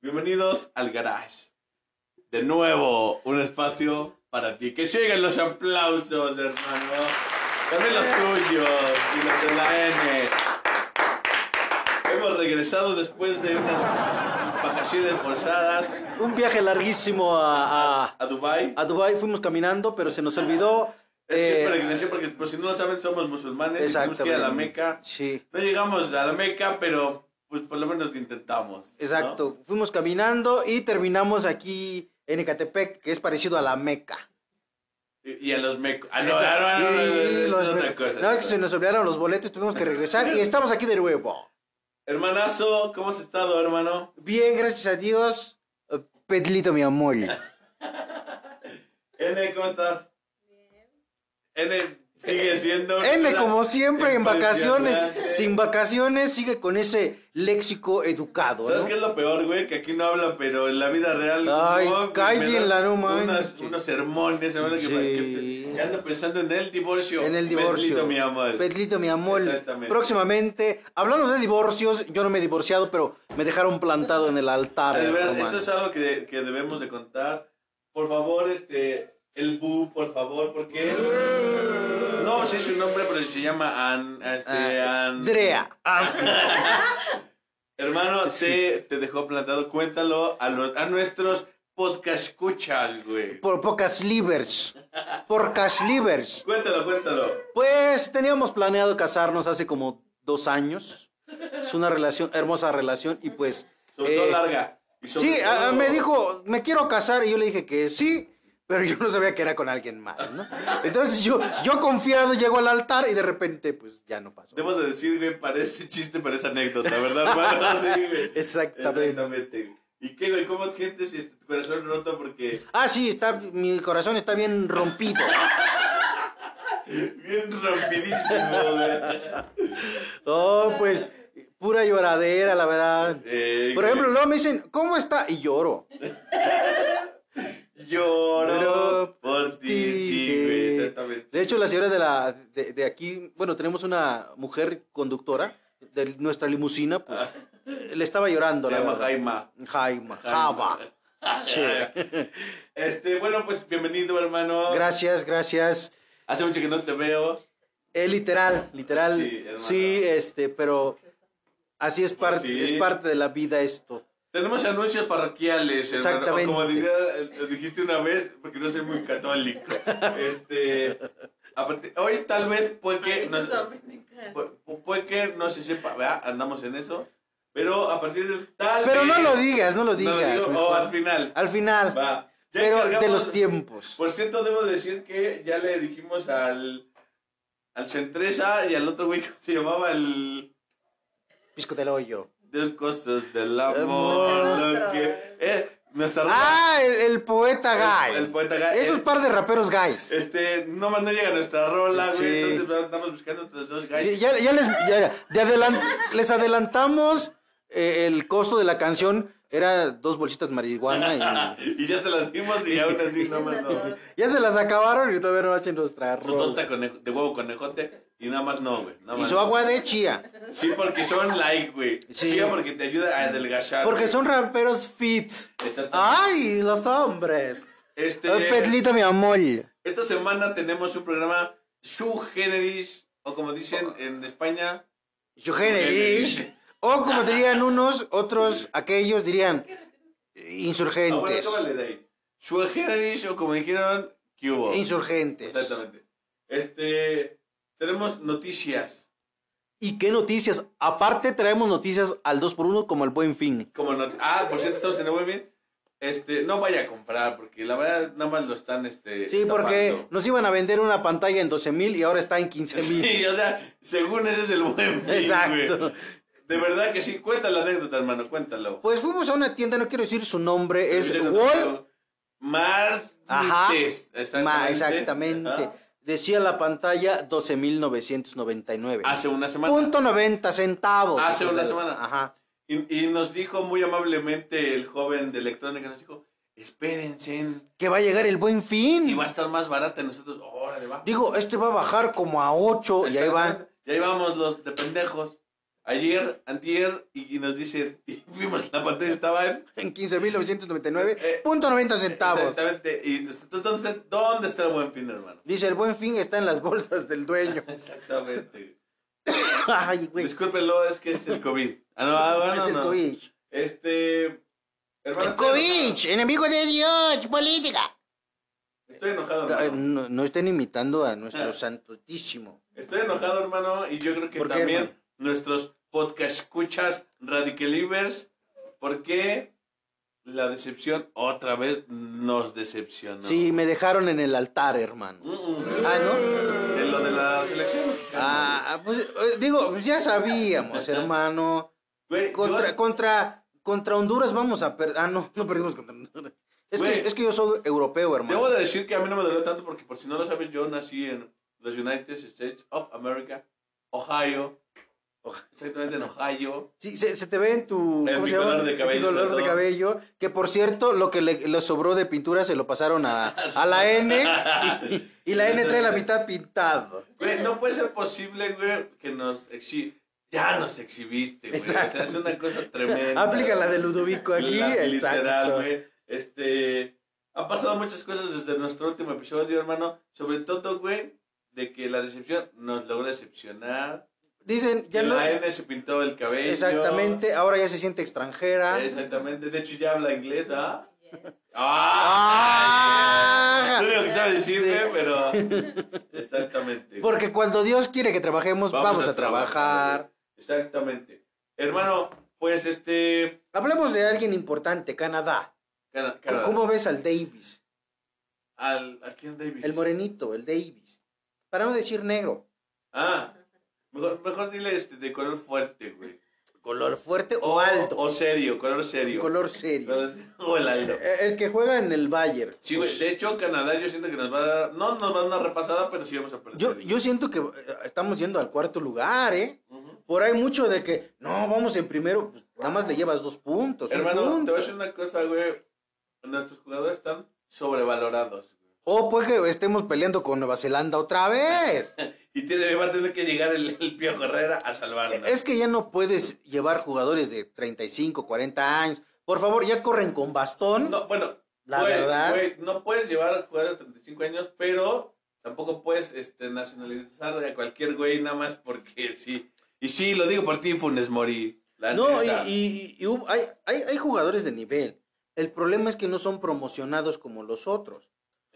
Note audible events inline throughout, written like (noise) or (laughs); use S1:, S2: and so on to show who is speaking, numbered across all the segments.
S1: Bienvenidos al Garage. De nuevo, un espacio para ti. Que lleguen los aplausos, hermano. También los tuyos y los de la N. Hemos regresado después de unas vacaciones forzadas
S2: Un viaje larguísimo a, a,
S1: a Dubai.
S2: a Dubái. Fuimos caminando, pero se nos olvidó.
S1: Es que
S2: eh,
S1: es peregrinación porque, por si no lo saben, somos musulmanes y tenemos que ir a la
S2: exactamente.
S1: Meca.
S2: Sí,
S1: No llegamos a la Meca, pero pues por lo menos lo intentamos. ¿no?
S2: exacto. Fuimos caminando y terminamos aquí en Ecatepec, que es parecido a la Meca.
S1: Y, y a los mecos. Ah, no,
S2: Esa-
S1: ah, no, no, no, no,
S2: y
S1: es
S2: los-
S1: otra cosa.
S2: No, que se nos olvidaron los boletos, tuvimos que regresar y estamos aquí de nuevo.
S1: Hermanazo, ¿cómo has estado, hermano?
S2: Bien, gracias a Dios. eh, Pedlito, mi amor.
S1: N, ¿cómo estás? Bien. N sigue siendo.
S2: (laughs) N, como siempre, en
S1: Impresionante.
S2: vacaciones. Sin vacaciones, sigue con ese léxico educado.
S1: ¿Sabes
S2: ¿no?
S1: qué es lo peor, güey? Que aquí no habla, pero en la vida real.
S2: Ay,
S1: no, güey,
S2: cállenla,
S1: me da
S2: no
S1: unas-
S2: manches.
S1: Unos sermones, hermano, que-
S2: Sí.
S1: que, te- que ando pensando en el divorcio.
S2: En el divorcio.
S1: Bendito, mi amor.
S2: Pedlito, mi amor.
S1: Exactamente.
S2: Próximamente, hablando de divorcios, yo no me he divorciado, pero me dejaron plantado en el altar.
S1: Ah, de verdad,
S2: hermano.
S1: eso es algo que, que debemos de contar. Por favor, este, el Bu, por favor, porque no sé su nombre, pero se llama An, este,
S2: Ah,
S1: An-
S2: Drea. Ah,
S1: Hermano,
S2: Eh, Sí.
S1: te, te dejó plantado. Cuéntalo a los, a nuestros podcast escuchas, güey.
S2: por pocas livers. Por cash livers.
S1: Cuéntalo, cuéntalo.
S2: Pues teníamos planeado casarnos hace como dos años. Es una relación, hermosa relación, y pues.
S1: Sobre todo
S2: eh,
S1: larga. Y sobre
S2: Sí, a- a-
S1: todo-
S2: me dijo, me quiero casar, y yo le dije que sí, pero yo no sabía que era con alguien más, ¿no? Entonces yo, yo confiado, llego al altar y de repente, pues ya no pasó.
S1: Debo de decir, güey, parece chiste, pero es anécdota, ¿verdad,
S2: (laughs)
S1: hermano? Sí, güey.
S2: Exactamente.
S1: Exactamente, güey. ¿Y qué, güey? ¿Cómo sientes este, tu corazón roto? Porque
S2: Ah, sí, está, mi corazón está bien rompido.
S1: Bien rompidísimo,
S2: (laughs)
S1: güey.
S2: Oh, pues, pura lloradera, la verdad.
S1: Eh,
S2: Por ejemplo, luego me dicen, ¿cómo está? Y lloro.
S1: lloro
S2: Lloro
S1: por ti, sí,
S2: Sí,
S1: güey,
S2: sí.
S1: exactamente.
S2: De hecho, la señora de, la, de, de aquí, bueno, tenemos una mujer conductora de nuestra limusina, pues, le estaba llorando.
S1: Se
S2: la
S1: llama
S2: verdad.
S1: Jaima.
S2: Jaima. Java. Sí.
S1: (laughs) Este, bueno, pues bienvenido, hermano.
S2: Gracias, gracias.
S1: Hace mucho que no te veo.
S2: Eh, literal, literal.
S1: Sí,
S2: Sí,
S1: hermano.
S2: este, pero así es parte,
S1: sí.
S2: es parte de la vida esto.
S1: Tenemos anuncios parroquiales, hermano.
S2: Exactamente.
S1: O como diría- eh, dijiste una vez, porque no soy muy católico.
S2: (laughs)
S1: este, a partir- hoy tal vez puede que... nos- pu- pu- puede que no se sepa, ¿verdad? Andamos en eso. Pero a partir del tal
S2: Pero no
S1: vez-
S2: lo digas, no lo
S1: No
S2: digas.
S1: lo digo,
S2: mejor.
S1: o al final.
S2: Al final.
S1: Va. Ya
S2: Pero de
S1: encargamos-
S2: los tiempos.
S1: Por cierto, debo decir que ya le dijimos al. Al Centresa y al otro güey que se llamaba el.
S2: Pisco del hoyo.
S1: Dos cosas del amor.
S3: Amor.
S1: lo que- eh, nuestra
S2: Ah, el, el poeta
S1: rola.
S2: gay.
S1: El, poeta Guy.
S2: Esos
S1: Eh,
S2: par de raperos gays.
S1: Este, nomás no llega nuestra rola, güey.
S2: Sí.
S1: Entonces pues, estamos buscando otros dos guys.
S2: Sí, ya, ya les, ya- de adelan- les adelantamos eh, el costo de la canción. Era dos
S1: (laughs)
S2: bolsitas marihuana
S1: (laughs) y ya te las dimos y aún así nomás no. (laughs)
S2: y ya se las acabaron y todavía no hacen nuestra
S1: Su torta
S2: rola.
S1: conejo- de huevo conejote y nada más no, güey. nada
S2: Y
S1: más
S2: su
S1: no.
S2: agua de chía.
S1: Sí, porque son like, güey. Sí.
S2: Sí.
S1: porque te ayuda a adelgazar.
S2: Porque
S1: güey.
S2: son raperos fit.
S1: Exactamente.
S2: ¡Ay, los hombres!
S1: Este,
S2: Ay, Pedlito, mi amor.
S1: Esta semana tenemos un programa su generis, o como dicen en España,
S2: Su generis. O como dirían unos, otros, aquellos dirían
S1: ah, bueno,
S2: insurgentes.
S1: cámbiale de ahí. Su generis, o como dijeron, que hubo.
S2: Insurgentes.
S1: Exactamente. Este, tenemos noticias,
S2: ¿Y qué noticias? Aparte traemos noticias al 2x1 como el buen fin.
S1: como not- ah, por cierto, estamos en el web. Este, no vaya a comprar, porque la verdad nada más lo están, este,
S2: Sí, porque
S1: tapando.
S2: nos iban a vender una pantalla en 12 mil y ahora está en 15 mil.
S1: (laughs) Sí, o sea, según ese es el buen fin,
S2: Exacto.
S1: güey. De verdad que sí, cuéntalo la anécdota, hermano, cuéntalo.
S2: Pues fuimos a una tienda, no quiero decir su nombre, es
S1: Yo no
S2: Wall
S1: creo. Martes.
S2: Ajá. Ma-
S1: Exactamente.
S2: exactamente.
S1: Ajá.
S2: Decía la pantalla 12.999.
S1: Hace una semana.
S2: Punto 90 centavos.
S1: Hace
S2: O
S1: una
S2: sea,
S1: semana.
S2: Ajá.
S1: Y, y nos dijo muy amablemente el joven de electrónica, nos dijo, espérense,
S2: Que va a llegar el buen
S1: y
S2: fin.
S1: va a estar más barata. Y nosotros, órale, va.
S2: Digo, este va a bajar como a 8 y ahí va.
S1: Exactamente. Y ahí vamos los de pendejos. ayer, antier, y, (laughs) y nos dice, vimos la pantalla, estaba en...
S2: En 15.999.90 centavos.
S1: Eh, Exactamente. Y nosotros, ¿dónde, ¿dónde está el buen fin, hermano? (laughs)
S2: Dice, el buen fin está en las bolsas del dueño.
S1: Exactamente.
S2: Ay, güey.
S1: Discúlpenlo, es que es el COVID. Ah, no, ah, bueno,
S2: (laughs) es el
S1: no.
S2: COVID.
S1: Este... Hermano,
S2: El
S1: estoy enojado.
S2: COVID, enemigo de Dios, política.
S1: Estoy enojado, hermano.
S2: No, no estén imitando a
S1: Ah.
S2: nuestro santísimo.
S1: Estoy enojado, hermano, y yo creo que
S2: ¿Por qué,
S1: también
S2: hermano?
S1: nuestros podcast escuchas radicalivers, porque la decepción otra vez nos decepcionó.
S2: Sí, me dejaron en el altar, hermano.
S1: Mm, mm.
S2: Ah, ¿no?
S1: De lo de la selección. mexicana.
S2: Ah, pues eh, digo, pues ya sabíamos, hermano.
S1: Güey,
S2: Contra,
S1: yo-
S2: contra, contra Honduras vamos a perder. Ah, no, no perdimos contra Honduras. Es
S1: Güey.
S2: que, es que yo soy europeo,
S1: debo
S2: hermano.
S1: de decir que a mí no me dolió tanto porque, por si no lo sabes, yo nací en los United States of America, Ohio. Exactamente en Ohio.
S2: Sí, se, se te ve en tu.
S1: En mi color de cabello,
S2: En tu color
S1: sobre
S2: de
S1: todo.
S2: cabello. Que por cierto, lo que le, le sobró de pintura se lo
S1: (laughs)
S2: pasaron a, a la N. Y, y la N trae la mitad pintado.
S1: Güey, no puede ser posible, güey, que nos exhi... Ya nos exhibiste, güey. O sea, es una cosa tremenda.
S2: Aplica la de Ludovico aquí.
S1: La-
S2: exacto.
S1: literal, güey. Este. Han pasado muchas cosas desde nuestro último episodio, hermano. Sobre todo, güey, de que la decepción nos logró decepcionar.
S2: Dicen, ya
S1: que
S2: no.
S1: la N se pintó el cabello.
S2: Exactamente, ¿ah? ahora ya se siente extranjera.
S1: Exactamente. De hecho, ya habla inglés, ¿ah? ¡Ah!
S2: Ah.
S1: No digo que sabe decir,
S2: Sí.
S1: güey,
S2: (laughs)
S1: pero. Exactamente.
S2: Porque cuando Dios quiere que trabajemos, vamos, a, trabajar.
S1: güey. Exactamente. Hermano, pues este.
S2: Hablemos de alguien importante, Canadá.
S1: Cana- Canadá.
S2: ¿Cómo ves al Davis?
S1: Al, ¿A quién Davis?
S2: El morenito, el Davis. Para no decir negro.
S1: Ah, mejor, mejor dile este, de color fuerte, güey.
S2: Color fuerte o alto.
S1: O serio, color serio.
S2: color serio. Pues-
S1: Color- (laughs) O el alto.
S2: Eh, El que juega en el Bayern.
S1: Sí, güey. De hecho, Canadá yo siento que nos va a dar. No nos va a dar una repasada, pero sí vamos a perder.
S2: Yo, yo siento que eh, estamos yendo al cuarto lugar, ¿eh?
S1: Ujú.
S2: Por ahí mucho de que, no, vamos en primero, pues, nada más le llevas dos puntos. un
S1: Hermano, te
S2: punto.
S1: voy a decir una cosa, güey. Nuestros jugadores están sobrevalorados. güey.
S2: O pues que estemos peleando con Nueva Zelanda
S1: (laughs)
S2: otra vez.
S1: Y tiene, va a tener que llegar el, el Piojo Herrera a salvarnos.
S2: Es que ya no puedes llevar jugadores de 35, 40 años. Por favor, ya corren con bastón.
S1: No, bueno,
S2: La
S1: güey,
S2: verdad.
S1: güey, no puedes llevar a jugadores de 35 años, pero tampoco puedes este, nacionalizar a cualquier güey nada más porque (laughs) sí. Y sí, lo digo por ti, Funes Mori. La
S2: No, y,
S1: neta.
S2: y- y hubo- hay, hay- hay jugadores de nivel. El problema es que no son promocionados como los otros.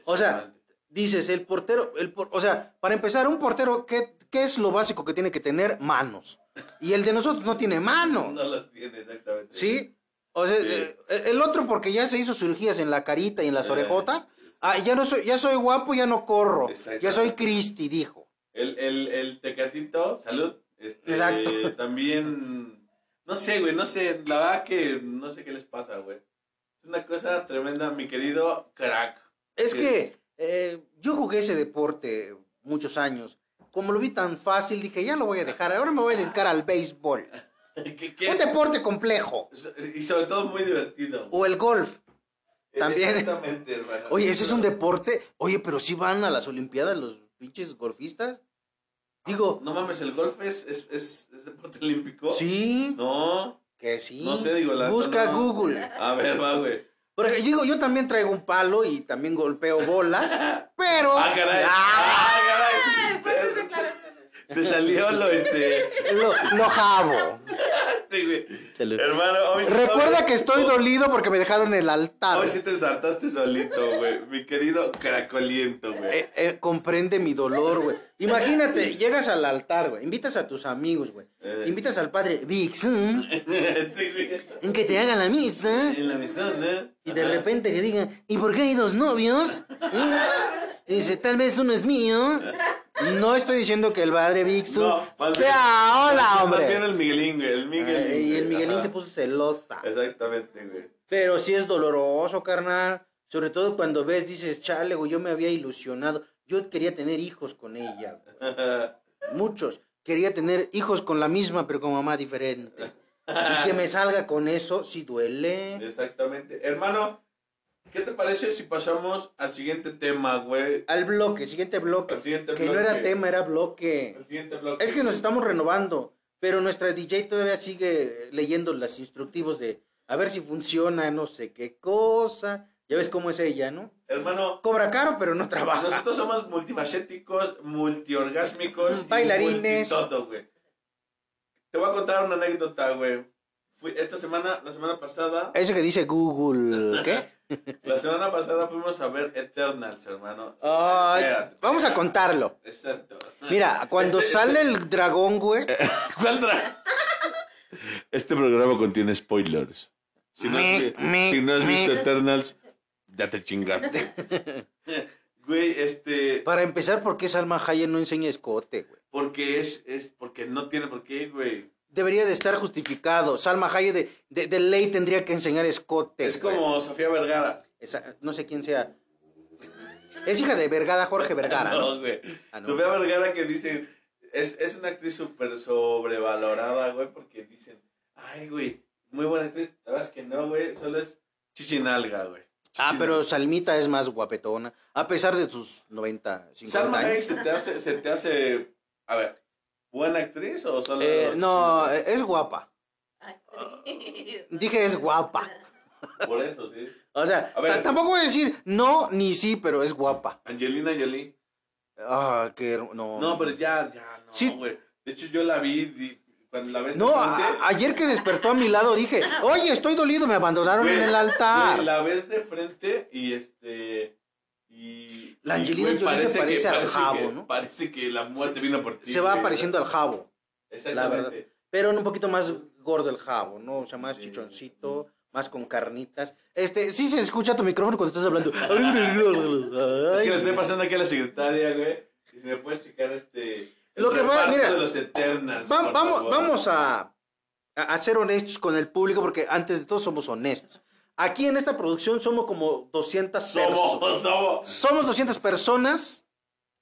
S2: o sea,
S1: Exactamente.
S2: Dices, el portero, el por- o sea, para empezar, un portero, ¿qué, qué es lo básico que tiene que tener? Manos. Y el de nosotros ah, no tiene manos.
S1: No los tiene, exactamente.
S2: ¿Sí? O sea,
S1: Sí.
S2: eh, el, otro porque ya se hizo cirugías en la carita y en las
S1: Eh.
S2: orejotas. Ah, ya no soy, ya soy guapo, ya no corro.
S1: Exacto.
S2: Ya soy Cristi, dijo.
S1: El, el, el Tecatito, salud. Este,
S2: Exacto.
S1: (laughs) También, no sé, güey, no sé, la verdad que no sé qué les pasa, güey. Es una cosa tremenda, mi querido crack. (laughs)
S2: Es
S1: Sí,
S2: que
S1: es.
S2: eh, yo jugué ese deporte muchos años. Como lo vi tan fácil, dije, ya lo voy a dejar. Ahora me voy a dedicar al béisbol.
S1: ¿Qué,
S2: Un deporte complejo.
S1: Y sobre todo muy divertido.
S2: O el golf. También.
S1: Eh, Exactamente, hermano.
S2: Oye, ese es un deporte. Oye, pero si van a las Olimpiadas los pinches golfistas. Digo,
S1: No mames, el golf es, es, es, es deporte olímpico.
S2: sí,
S1: No.
S2: que sí.
S1: No sé, digo, la neta,
S2: Busca
S1: no.
S2: Google.
S1: A ver, va, güey.
S2: Porque digo, yo también traigo un palo y también golpeo
S1: (laughs)
S2: bolas, pero...
S1: Ah, caray.
S2: Ah,
S1: Ah,
S3: Ah, fuertes
S1: caray.
S3: declaraciones.
S1: Te, te salió lo este.
S2: Lo, lo jabo.
S1: este, güey. Hermano, hoy sí-
S2: Recuerda que estoy
S1: hoy-
S2: dolido porque me dejaron el altar.
S1: Hoy sí te ensartaste solito, güey. Mi querido caracoliento, güey.
S2: Eh, eh, comprende mi dolor, güey.
S1: (laughs)
S2: Imagínate, llegas al altar, güey. Invitas a tus amigos, güey.
S1: Eh.
S2: Invitas al padre Vix, ¿eh?
S1: Este, güey.
S2: en que te hagan la misa.
S1: En la misión, ¿eh?
S2: Y de repente que digan, ¿y por qué hay dos novios? ¿Eh? Y dice, tal vez uno es mío. No estoy diciendo que el padre Vix
S1: No, más bien-
S2: sea hola,
S1: Más bien
S2: hombre.
S1: el Miguelín, güey. El Miguelín.
S2: Ay, Y el
S1: güey.
S2: Miguelín
S1: Ajá.
S2: se puso celosa.
S1: Exactamente, güey.
S2: Pero sí es doloroso, carnal. Sobre todo cuando ves, dices, chale, güey, yo me había ilusionado. Yo quería tener hijos con ella. güey.
S1: (laughs)
S2: Muchos. Quería tener hijos con la misma, pero con mamá diferente. Y que me salga con eso, sí duele.
S1: Exactamente. Hermano, ¿qué te parece si pasamos al siguiente tema, güey?
S2: Al bloque, siguiente bloque.
S1: Al siguiente
S2: que no era
S1: bloque.
S2: tema, era bloque.
S1: Al siguiente bloque.
S2: Es que nos estamos renovando. Pero nuestra DJ todavía sigue leyendo los instructivos de a ver si funciona, no sé qué cosa. Ya ves cómo es ella, ¿no?
S1: Hermano,
S2: Cobra caro, pero no trabaja.
S1: nosotros somos multifacéticos, multiorgásmicos. y
S2: Bailarines.
S1: multitodo, güey. Te voy a contar una anécdota, güey. Fui, esta semana, la semana pasada,
S2: Eso que dice Google, ¿qué?
S1: la semana pasada fuimos a ver Eternals, hermano.
S2: Ay,
S1: Espérate. Este,
S2: vamos a contarlo.
S1: Exacto.
S2: Mira, cuando sale el dragón, güey.
S1: ¿Cuál dra-
S3: Este programa contiene spoilers.
S1: Si no es que-
S3: Si no has visto Eternals, ya te chingaste.
S1: (laughs) güey, este,
S2: Para empezar, ¿por qué Salma Hayek no enseña escote, güey?
S1: porque es, es, porque no tiene por qué, güey.
S2: Debería de estar justificado. Salma Hayek de, de, de ley tendría que enseñar escote.
S1: Es
S2: güey.
S1: como Sofía Vergara.
S2: Esa- no sé quién sea. Es hija de Vergara, Jorge Vergara.
S1: (laughs)
S2: ¿no?
S1: No, güey.
S2: Ah, no.
S1: Sofía Vergara que dicen, es, es una actriz súper sobrevalorada, güey, porque dicen, ay, güey, muy buena actriz. La verdad es que no, güey, solo es chichinalga, güey.
S2: Ah,
S1: Chichinalga.
S2: pero Salmita es más guapetona. A pesar de sus 90, 50
S1: Salma
S2: años.
S1: Hayek se te hace, se te hace, a ver, ¿buena actriz o solo?
S2: Eh, no,
S1: chichinalga?
S2: es guapa.
S4: Actriz.
S2: Dije es guapa.
S1: Por eso, sí.
S2: O sea,
S1: A ver.
S2: t- tampoco voy a decir no ni sí, pero es guapa.
S1: Angelina Jolie.
S2: Ah, que no.
S1: No, pero ya, ya, no,
S2: Sí.
S1: güey. De hecho, yo la vi di- cuando la ves.
S2: No, ah, a- a- ayer que despertó a mi lado dije, oye, estoy dolido, me abandonaron en el altar.
S1: la ves de frente y este. Y.
S2: La
S1: y,
S2: Angelina
S1: güey,
S2: Jolie se parece al jabo,
S1: que-
S2: ¿no?
S1: Parece que la muerte
S2: Se-
S1: vino por ti.
S2: Se va
S1: güey.
S2: apareciendo al jabo, la verdad.
S1: Exactamente.
S2: pero un poquito más gordo el jabo, ¿no? O sea, más
S1: Sí.
S2: chichoncito, más con carnitas. Este, sí se escucha tu micrófono cuando estás hablando.
S1: (laughs) Es que le estoy pasando aquí a la secretaria, güey. Y si me puedes checar este. el
S2: Lo que va-
S1: reparto
S2: mira,
S1: de los Eternals.
S2: Va-
S1: por
S2: vamos,
S1: favor.
S2: vamos a, a- a ser honestos con el público, porque antes de todo somos honestos. Aquí en esta producción somos como 200 personas.
S1: Somos, somos.
S2: Somos 200 personas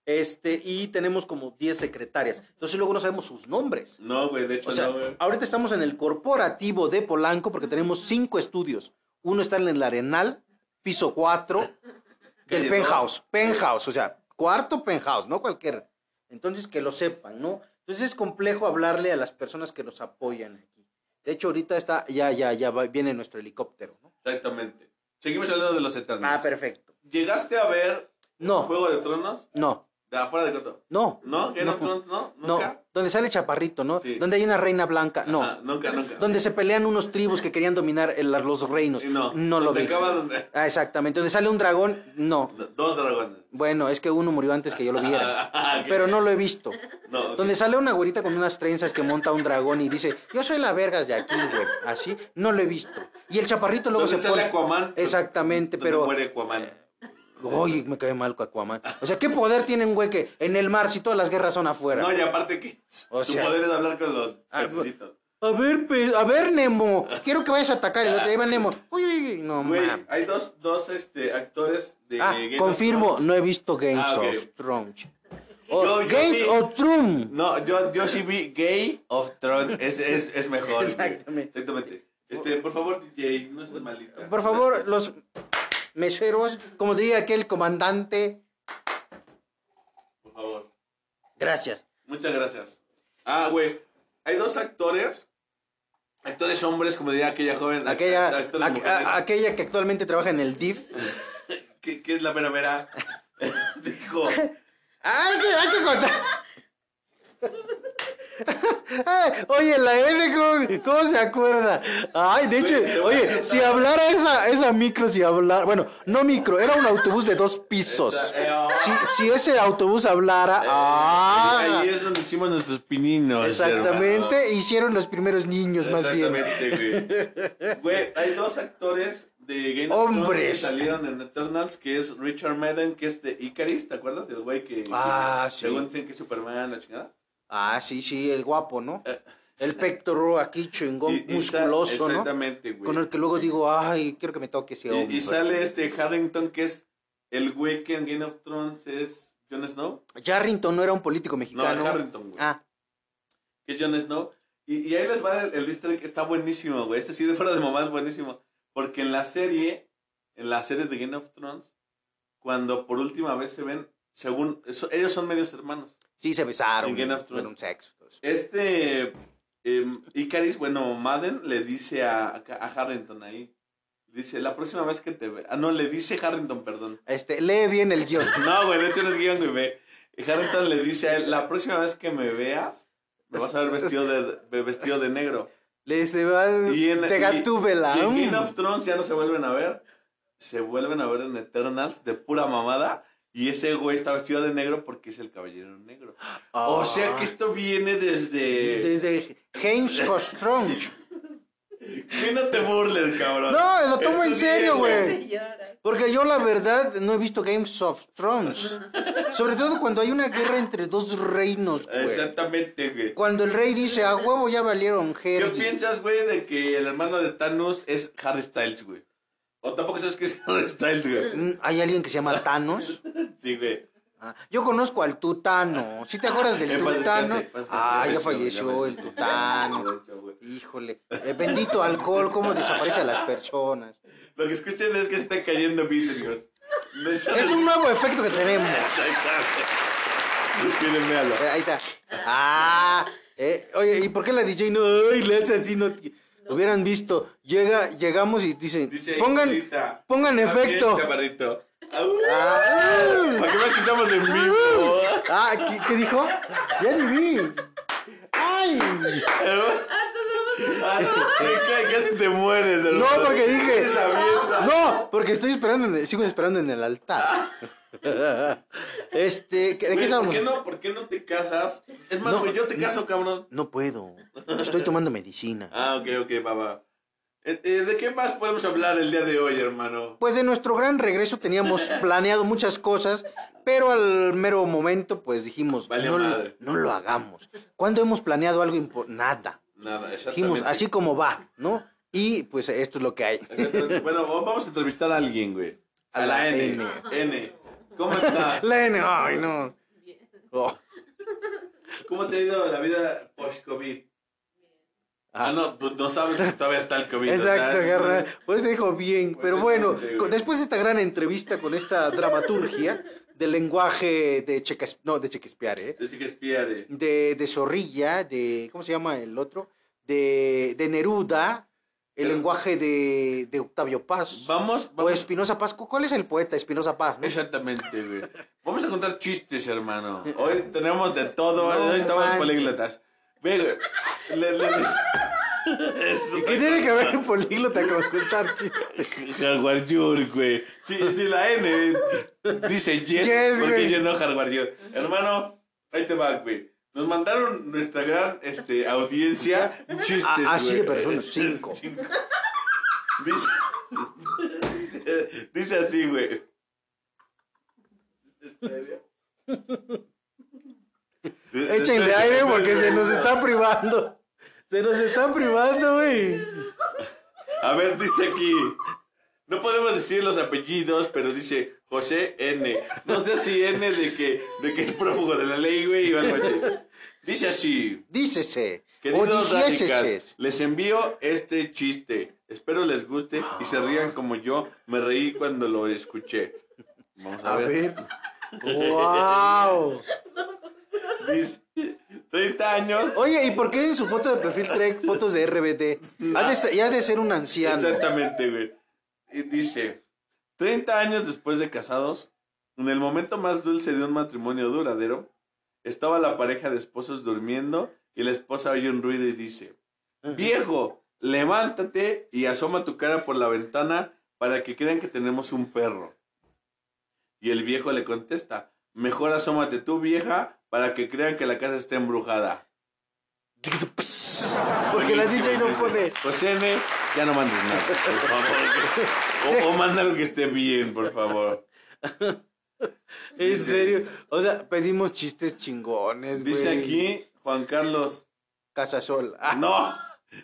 S2: este, y tenemos como 10 secretarias. Entonces luego no sabemos sus nombres.
S1: No, güey, de hecho,
S2: O sea,
S1: no, güey.
S2: ahorita estamos en el corporativo de Polanco porque tenemos cinco estudios. Uno está en el Arenal, piso 4
S1: Calle
S2: del
S1: dos.
S2: penthouse. Penthouse, o sea, cuarto penthouse, no cualquier. Entonces que lo sepan, ¿no? Entonces es complejo hablarle a las personas que nos apoyan aquí. De hecho, ahorita está, ya, ya, ya va- viene nuestro helicóptero, ¿no?
S1: Exactamente. Seguimos hablando de los Eternals.
S2: Ah, perfecto.
S1: ¿Llegaste a ver
S2: No,
S1: Juego de Tronos?
S2: no,
S1: De afuera de Coto.
S2: no,
S1: ¿No? ¿Game of
S2: No.
S1: Thrones? ¿No?
S2: no.
S1: ¿Nunca?
S2: Donde sale Chaparrito, ¿no?
S1: Sí.
S2: Donde hay una reina blanca, no.
S1: Ajá, nunca, nunca.
S2: Donde se pelean unos tribus que querían dominar el- los reinos.
S1: Y
S2: No,
S1: No,
S2: lo
S1: donde
S2: vi.
S1: acaba donde-
S2: Ah, exactamente. Donde sale un dragón, no.
S1: Dos dragones. (laughs)
S2: Bueno, es que uno murió antes que yo lo viera. Pero no lo he visto.
S1: No, Ah, ok.
S2: Donde sale una güerita con unas trenzas que monta un dragón y dice, yo soy la vergas de aquí, güey. Así, no lo he visto. Y el chaparrito luego
S1: Donde
S2: se
S1: sale
S2: pone...
S1: Aquaman. pues,
S2: Exactamente,
S1: Donde
S2: pero... Eh,
S1: muere Aquaman.
S2: Oye, me cae mal Aquaman. O sea, ¿qué poder tiene un güey que en el mar si todas las guerras son afuera?
S1: No, y aparte que
S2: O
S1: su
S2: sea-
S1: poder es hablar con los
S2: Ah,
S1: pececitos.
S2: A ver, pe- a ver, Nemo.
S1: (laughs)
S2: Quiero que vayas a atacar. Y el otro, ahí va Nemo. Uy, uy, uy, no
S1: Güey,
S2: mames.
S1: hay dos, dos este, actores de
S2: Ah,
S1: Game of
S2: confirmo,
S1: Thrones.
S2: no he visto Games
S1: Ah, ok.
S2: of Thrones. O
S1: Yo- yo
S2: Games
S1: sí.
S2: of Thrones.
S1: No, yo, yo sí vi Gay of Thrones. Es, es, es mejor. güey.
S2: Exactamente.
S1: Exactamente. Este, por favor, DJ, no seas malita.
S2: Por favor,
S1: Gracias.
S2: los meseros, como diría aquel comandante,
S1: Por favor.
S2: gracias.
S1: Muchas gracias. Ah, güey. Hay dos actores. Actores hombres, como diría aquella joven. act-
S2: Aquella,
S1: actores
S2: aqu-
S1: mujeres,
S2: a- aquella que actualmente trabaja en el DIF.
S1: que, que es la mera mera. (laughs) Dijo.
S2: ¡Ay, que, hay que contar! (laughs) Ay, oye, la N, ¿cómo, cómo se acuerda? Ay, de
S1: Güey, te
S2: hecho,
S1: voy a
S2: oye,
S1: contar.
S2: si hablara esa, esa micro, si hablara, bueno, no micro, era un autobús de dos pisos.
S1: Esa- eh, oh.
S2: Si, si ese autobús hablara, ah,
S1: Eh, Ahí es donde hicimos nuestros pininos. hermano.
S2: exactamente, hicieron los primeros niños más bien.
S1: Exactamente,
S2: (laughs)
S1: güey. Güey, hay dos actores de Game of Thrones que
S2: Hombres.
S1: salieron en Eternals, que es Richard Madden, que es de Icaris, ¿te acuerdas? El güey que,
S2: Ah,
S1: que
S2: sí.
S1: según dicen que es Superman, la chingada.
S2: Ah, sí, sí, el guapo, ¿no?
S1: Eh,
S2: El pectoral aquí chingón,
S1: Y- y sa-
S2: musculoso, ¿no?
S1: Exactamente, güey.
S2: Con el que luego digo, ay, quiero que me toque ese hombre.
S1: Y, y sale este Harrington, que es el güey que en Game of Thrones es Jon Snow.
S2: Yarrington no era un político
S1: No, es
S2: mexicano.
S1: Harrington, güey.
S2: ah,
S1: Que es Jon Snow. Y, y ahí les va el, el easter egg, Está buenísimo, güey. Este sí, de fuera de mamá es buenísimo. Porque en la serie, en la serie de Game of Thrones, cuando por última vez se ven, según. eso- ellos son medios hermanos.
S2: sí se besaron.
S1: En Game of Thrones.
S2: Fueron sexo. todo eso.
S1: Este. em, Icaris, bueno, Madden le dice a, a Harrington ahí. Dice, la próxima vez que te ve. Ah, no, le dice Harrington, perdón. (laughs)
S2: Este, lee bien el guión.
S1: No, güey, de hecho no es guión, güey. ve. Harrington le dice a él, la próxima vez que me veas, me vas a ver vestido de, de- vestido de negro.
S2: Le dice, va,
S1: Y en-
S2: te gatúbela.
S1: Y en Game
S2: mm.
S1: of Thrones ya no se vuelven a ver. Se vuelven a ver en Eternals de pura mamada. Y ese güey está vestido de negro porque es el caballero negro. O sea que este- esto viene desde.
S2: Ah. Desde
S1: (laughs)
S2: James Costrong.
S1: Que no te burles, cabrón.
S2: No, lo tomo en
S1: Esto
S2: serio,
S1: viene-
S2: güey.
S4: (laughs) Y llora.
S2: Porque yo la verdad no he visto Games of Thrones. Sobre todo cuando hay una guerra entre dos reinos, güey.
S1: Exactamente, güey.
S2: Cuando el rey dice, a huevo ya valieron
S1: ¿Qué
S2: Jerry.
S1: piensas, güey, de que el hermano de Thanos es Harry Styles, güey? O tampoco sabes que es (laughs) Harry Styles, güey.
S2: Mm, ¿Hay alguien que se llama Thanos?
S1: Sí, güey.
S2: Ah, yo conozco al Tutano. ¿Sí te acuerdas del
S1: En paz
S2: Tutano?
S1: descanse, en paz descanse.
S2: Ah, ya
S1: Ya
S2: falleció el
S1: falleció.
S2: Tutano. Híjole, eh, bendito alcohol, cómo desaparece a las personas.
S1: Lo que escuchen es que se está cayendo vidrios. No es (laughs)
S2: Es un nuevo efecto que tenemos.
S1: Miren, véalo.
S2: Eh, ahí está. Ah, eh, oye, ¿y por qué la DJ no? Ay, le hace así, no. Hubieran visto, llega, llegamos y dicen,
S1: Dice,
S2: pongan,
S1: ahorita,
S2: pongan
S1: "Está bien,
S2: efecto.
S1: chaparrito. Au.
S2: Ah,
S1: ¿Para qué más quitamos en vivo?
S2: ah, ¿qué, qué dijo? Ya ni vi. Ay,
S1: Ay, ca- Casi te mueres,
S2: no,
S1: hermano.
S2: porque dije,
S1: Esa mierda.
S2: no, porque estoy esperando, en el- sigo esperando en el altar. (laughs) Este, ¿de qué
S1: Güey, ¿por
S2: estábamos?
S1: qué no, ¿Por qué no te casas? Es más,
S2: No,
S1: güey, yo te
S2: no.
S1: caso, cabrón.
S2: No puedo. Estoy tomando medicina.
S1: Ah, ok, ok, va, va. Eh, eh, ¿De qué más podemos hablar el día de hoy, hermano?
S2: Pues de nuestro gran regreso teníamos planeado muchas cosas, pero al mero momento pues dijimos,
S1: Valió
S2: no, lo-
S1: madre.
S2: no lo hagamos. ¿Cuándo hemos planeado algo importante? Nada.
S1: Nada, exactamente.
S2: Dijimos, así como va, ¿no? Y pues esto es lo que hay.
S1: Exactamente. Bueno, vamos a entrevistar a alguien, güey. A,
S2: A
S1: la,
S2: la
S1: N. Ah. N.
S2: N.
S1: ¿Cómo estás?
S2: Lene, ay no. Oh,
S1: ¿Cómo te ha ido la vida post-COVID? Ah, no, pues no sabes que todavía está el COVID. o sea,
S2: exacto,
S1: es-
S2: garra. Por eso dijo bien.
S1: Pues,
S2: Pero
S1: sí,
S2: bueno,
S1: sí, sí,
S2: co-
S1: güey.
S2: después de esta gran entrevista con esta dramaturgia del lenguaje de Shakespeare, no, de Shakespeare, ¿eh?
S1: Dice que es Pierre.
S2: de, de Zorrilla, de. ¿Cómo se llama el otro? De, de Neruda, el
S1: Pero-
S2: lenguaje de, de Octavio Paz.
S1: Vamos,
S2: o
S1: vamos.
S2: Espinosa Paz. ¿cu- ¿Cuál es el poeta Espinosa Paz? no?
S1: Exactamente, güey. Vamos a contar chistes, hermano. Hoy tenemos de todo,
S2: No
S1: hoy estamos
S2: manches.
S1: políglotas. Ve, güey. Le- le- le-
S2: ¿Y ¿Qué tiene que ver un políglota con contar
S1: (laughs)
S2: chistes?
S1: Hardware Yur, güey. Sí, sí, la N güey. dice yes,
S2: Yes,
S1: porque
S2: güey.
S1: yo no Hardware Yur. Hermano, ahí te va, güey. Nos mandaron nuestra gran este, audiencia chistes,
S2: Ah, ah, sí,
S1: güey.
S2: pero son
S1: Es- es-
S2: cinco.
S1: cinco. Dice, dice así, güey.
S2: Échenle aire porque se nos está privando. Se nos está privando, güey.
S1: A ver, dice aquí. No podemos decir los apellidos, pero dice José N. No sé si N de que, de que es prófugo de la ley, güey, o algo así. Dice así.
S2: Dícese. O
S1: Queridos radicals,
S2: dijéseses.
S1: les envío este chiste. Espero les guste y se rían como yo me reí cuando lo escuché. Vamos a,
S2: A
S1: ver.
S2: ver. ¡Wow!
S1: Dice, 30 años.
S2: Oye, ¿y por qué en su foto de perfil trae fotos de RBD?
S1: Ah.
S2: Ha de ser- ya ha de ser un anciano.
S1: Exactamente, güey. Y dice, 30 años después de casados, en el momento más dulce de un matrimonio duradero, estaba la pareja de esposos durmiendo y la esposa oye un ruido y dice, viejo, levántate y asoma tu cara por la ventana para que crean que tenemos un perro. Y el viejo le contesta, mejor asómate tú, vieja, para que crean que la casa está embrujada.
S2: Porque la
S1: Buenísimo,
S2: DJ no
S1: sí, sí.
S2: pone.
S1: José N, ya no mandes nada, por
S2: (laughs)
S1: favor. O, o manda lo que esté bien, por favor.
S2: En
S1: Dice-
S2: serio. O sea, pedimos chistes chingones, güey.
S1: Dice aquí Juan Carlos.
S2: Casasol. Ah,
S1: No,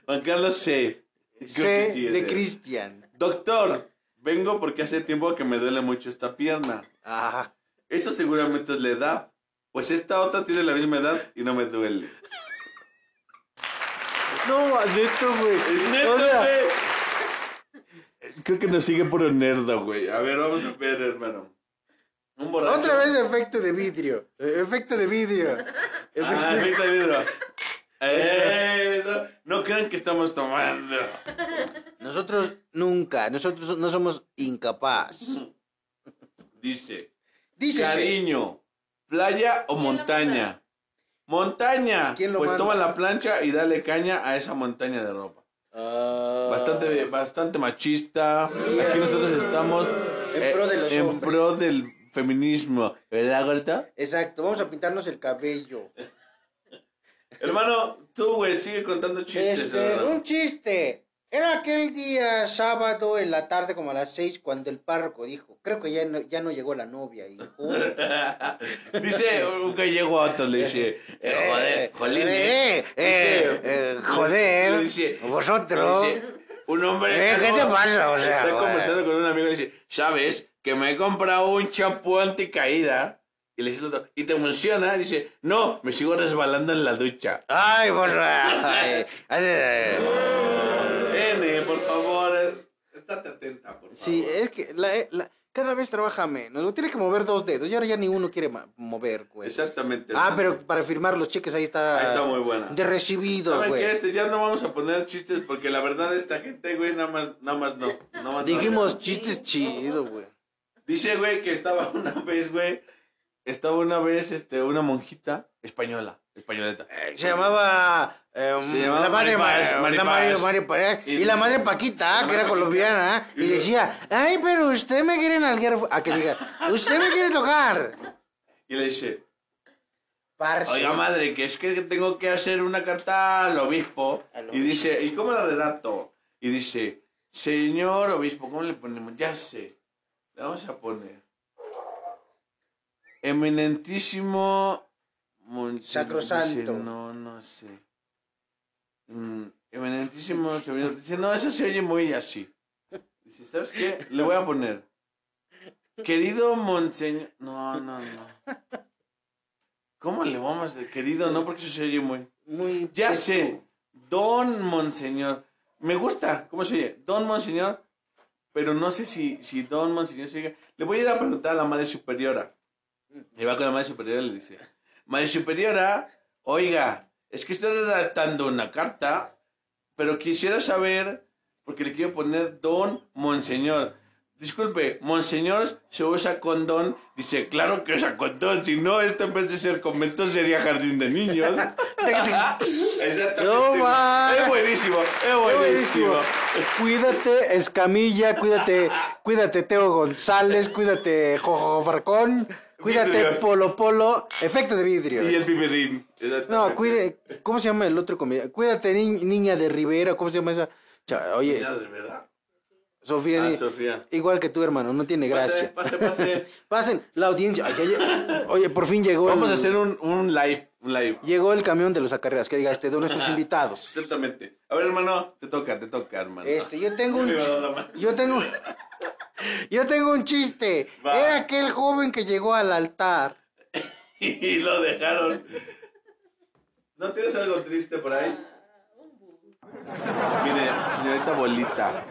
S1: Juan Carlos C. Creo que
S2: C
S1: sí es
S2: de
S1: él.
S2: Cristian.
S1: Doctor, vengo porque hace tiempo que me duele mucho esta pierna.
S2: Ah,
S1: Eso seguramente es la edad. Pues esta otra tiene la misma edad y no me duele.
S2: no, neto, güey.
S1: Neta,
S2: (laughs) O sea,
S1: güey. Creo que nos sigue puro nerdo, güey. A ver, vamos a ver, hermano. Un borracho. (laughs)
S2: E, otra vez efecto de vidrio. Eh, Efecto de vidrio. Efecto-
S1: Ah, efecto de Ah, vidrio. Eso. No crean que estamos tomando.
S2: Nosotros nunca, nosotros no somos incapaces.
S1: Dice,
S2: Dice,
S1: cariño, playa o
S4: ¿Quién lo
S1: montaña. Montaña.
S2: ¿Quién lo
S1: pues
S2: manda?
S1: toma la plancha y dale caña a esa montaña de ropa.
S2: Ah.
S1: Bastante, bastante machista. Aquí nosotros estamos eh,
S2: pro de los
S1: en
S2: hombres.
S1: pro del feminismo. ¿Verdad, Gorta?
S2: Exacto, vamos a pintarnos el cabello.
S1: Hermano, tú, güey, sigue contando chistes.
S2: Este, (laughs)
S1: hermano.
S2: un chiste. Era aquel día sábado en la tarde como a las seis cuando el párroco dijo, creo que ya no, ya no llegó la novia. Y
S1: (laughs)
S2: dijo, "Oh,
S1: Dice un gallego a otro, le dice, eh, joder, jolín.
S2: eh, eh, eh,
S1: Dice-
S2: eh, joder,
S1: le dice-
S2: vosotros.
S1: le dice, un hombre...
S2: Eh,
S1: está
S2: ¿qué te
S1: como-
S2: pasa? O sea,
S1: Está
S2: joder.
S1: conversando con un amigo y dice, ¿sabes? Que me he comprado un champú anticaída. Y le dice el otro, ¿y te funciona? Dice, no, me sigo resbalando en la ducha.
S2: Ay, vos, ay, ay, ay.
S1: N, por favor, es- estate atenta, por favor.
S2: Sí, eh, es que la, la- cada vez trabaja menos. Tiene que mover dos dedos y ahora ya ni uno quiere ma- mover, güey.
S1: Exactamente.
S2: Ah, pero para firmar los cheques ahí está.
S1: Ahí está muy buena.
S2: De recibido,
S1: ¿Saben
S2: güey.
S1: qué? Este, ya no vamos a poner chistes porque la verdad esta gente, güey, nada más, nada más no. Nada más no.
S2: Dijimos chistes chidos, güey.
S1: Dice, güey, que estaba (laughs) una vez, güey, estaba una vez, este, una monjita española, españoleta.
S2: Eh, Se llamaba. eh,
S1: Se llamaba
S2: la madre
S1: Maripaz,
S2: Ma-
S1: Maripaz.
S2: la madre- Madre Paz, eh,
S1: Y
S2: y, la
S1: dice-
S2: madre Paquita,
S1: la
S2: que era
S1: madre
S2: colombiana,
S1: Paquita.
S2: y
S1: Y-
S2: decía, ay, pero usted me quiere nalguear, a que diga, usted me quiere tocar.
S1: Y le dice,
S2: Parce.
S1: oiga madre, que es que tengo que hacer una carta al obispo.
S2: Al
S1: Y dice, ¿y cómo la redacto? Y dice, señor obispo, ¿cómo le ponemos? Ya sé, le vamos a poner. Eminentísimo... mon-
S2: Sacrosanto.
S1: dice, no, no sé. Mm, eminentísimo... señor". Dice, no, eso se oye muy así. Dice, ¿sabes qué? Le voy a poner. Querido monseñor... No, no, no. ¿Cómo le vamos a decir? Querido, no, porque eso se oye muy...
S2: Muy
S1: Ya
S2: presto.
S1: sé, don monseñor. Me gusta, ¿cómo se oye? Don monseñor, pero no sé si, si don monseñor se oye. Le voy a ir a preguntar a la madre superiora. Y va con la madre superiora y le dice, madre superiora, oiga, es que estoy redactando una carta, pero quisiera saber, porque le quiero poner don monseñor. Disculpe, monseñor se usa con don. Dice, claro que usa con don. Si no, esto en vez de ser convento sería jardín de
S2: (laughs)
S1: niños. Exactamente.
S2: No
S1: güey.
S2: va.
S1: es buenísimo, es
S2: buenísimo.
S1: buenísimo.
S2: Cuídate, Escamilla, cuídate, cuídate Teo González, cuídate Jojo Farcón, cuídate
S1: Vidrios.
S2: Polo Polo, efecto de vidrio.
S1: Y el piperín.
S2: No, cuide, ¿cómo se llama el otro comediante? Cuídate, ni- niña de Rivera, ¿cómo se llama esa? Cha- Oye,
S1: Madre, ¿verdad?
S2: Sofía,
S1: Ah,
S2: ni-
S1: Sofía.
S2: igual que tú, hermano, no tiene gracia.
S1: Pase, pase,
S2: (laughs)
S1: pase.
S2: Pasen, la audiencia. ay, ay, Oye, por fin llegó.
S1: Vamos
S2: el,
S1: a hacer un, un live, un live.
S2: Llegó el camión de los acarreados, que diga este, de nuestros invitados.
S1: Exactamente. A ver, hermano, te toca, te toca, hermano.
S2: Este, yo tengo un.
S1: Me va a dar la
S2: chi-
S1: mano.
S2: Yo tengo. Yo tengo un chiste.
S1: Va.
S2: Era aquel joven que llegó al altar.
S1: (laughs) Y lo dejaron. ¿No tienes algo triste por ahí?
S2: Ah,
S1: Mire, señorita Bolita.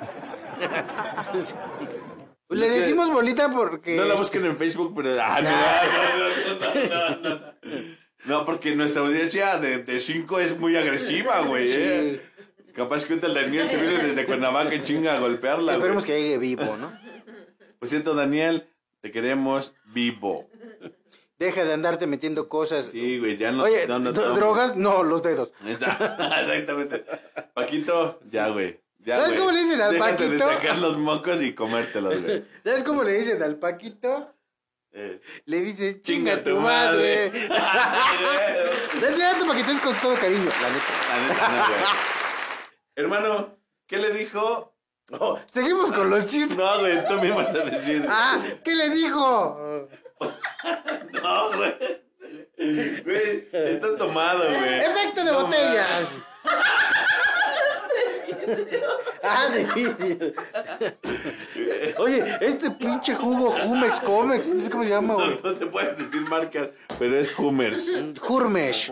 S2: Le decimos bolita porque.
S1: No la busquen en Facebook, pero. Ah, no, no, no, no, no, no. No, porque nuestra audiencia de 5 es muy agresiva, güey. ¿eh? Capaz que ahorita el Daniel se viene desde Cuernavaca en chinga a golpearla, güey.
S2: Esperemos que llegue vivo, ¿no?
S1: Por cierto, Daniel, te queremos vivo.
S2: Deja de andarte metiendo cosas.
S1: Sí, güey, ya no.
S2: Oye,
S1: no, no,
S2: ¿dro-
S1: no.
S2: ¿drogas? No, los dedos.
S1: (laughs) Exactamente. Paquito, ya, güey. Ya,
S2: ¿Sabes
S1: güey.
S2: cómo le dicen al
S1: Déjate
S2: Paquito?
S1: de sacar los mocos y comértelos, güey.
S2: ¿Sabes cómo le dicen al Paquito?
S1: Eh,
S2: Le dice,
S1: chinga tu madre.
S2: (laughs) Le dice, tu Paquito es con todo cariño, la neta.
S1: La neta, no, güey. Hermano, ¿qué le dijo? Oh.
S2: Seguimos con los chistes.
S1: No, güey, tú me vas a decir.
S2: Ah, ¿qué le dijo?
S1: No, güey. Güey, está tomado, güey.
S2: Efecto de
S1: No
S2: botellas. ah, de vidrio. Oye, este pinche jugo Jumex Comex, no sé cómo se llama,
S1: No,
S2: güey.
S1: no te puedes decir marcas, pero es Hummers.
S2: Jurmesh.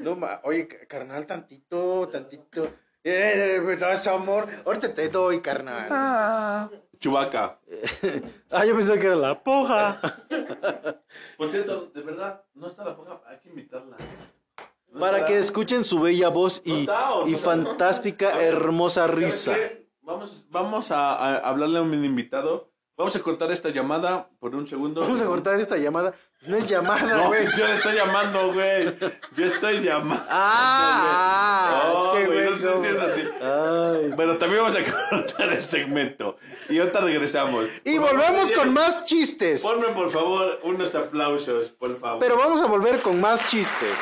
S2: No, ma- oye, ca- carnal, tantito, tantito. Eh, eh, me das amor. Ahorita te doy, carnal.
S1: Chubaca.
S2: Ah, yo pensé que era la poja.
S1: Por cierto, de verdad, no está la poca, hay que invitarla.
S5: para que escuchen su bella voz y,
S1: está, o no
S5: y
S1: está. (laughs)
S5: fantástica, hermosa risa.
S1: ¿Sabes qué? Vamos, vamos a, a hablarle a un invitado. Vamos a cortar esta llamada por un segundo.
S2: Vamos a cortar esta llamada. No es llamada,
S1: No,
S2: güey.
S1: yo le estoy llamando, güey. Yo estoy llamando.
S2: Ah,
S1: No,
S2: qué
S1: güey, no
S2: bueno.
S1: estoy diciendo a ti.
S5: Ay.
S1: Bueno, también vamos a cortar el segmento. Y ahorita regresamos.
S2: Y volvemos con más chistes.
S1: Ponme, por favor, unos aplausos, por favor.
S2: Pero vamos a volver con más chistes.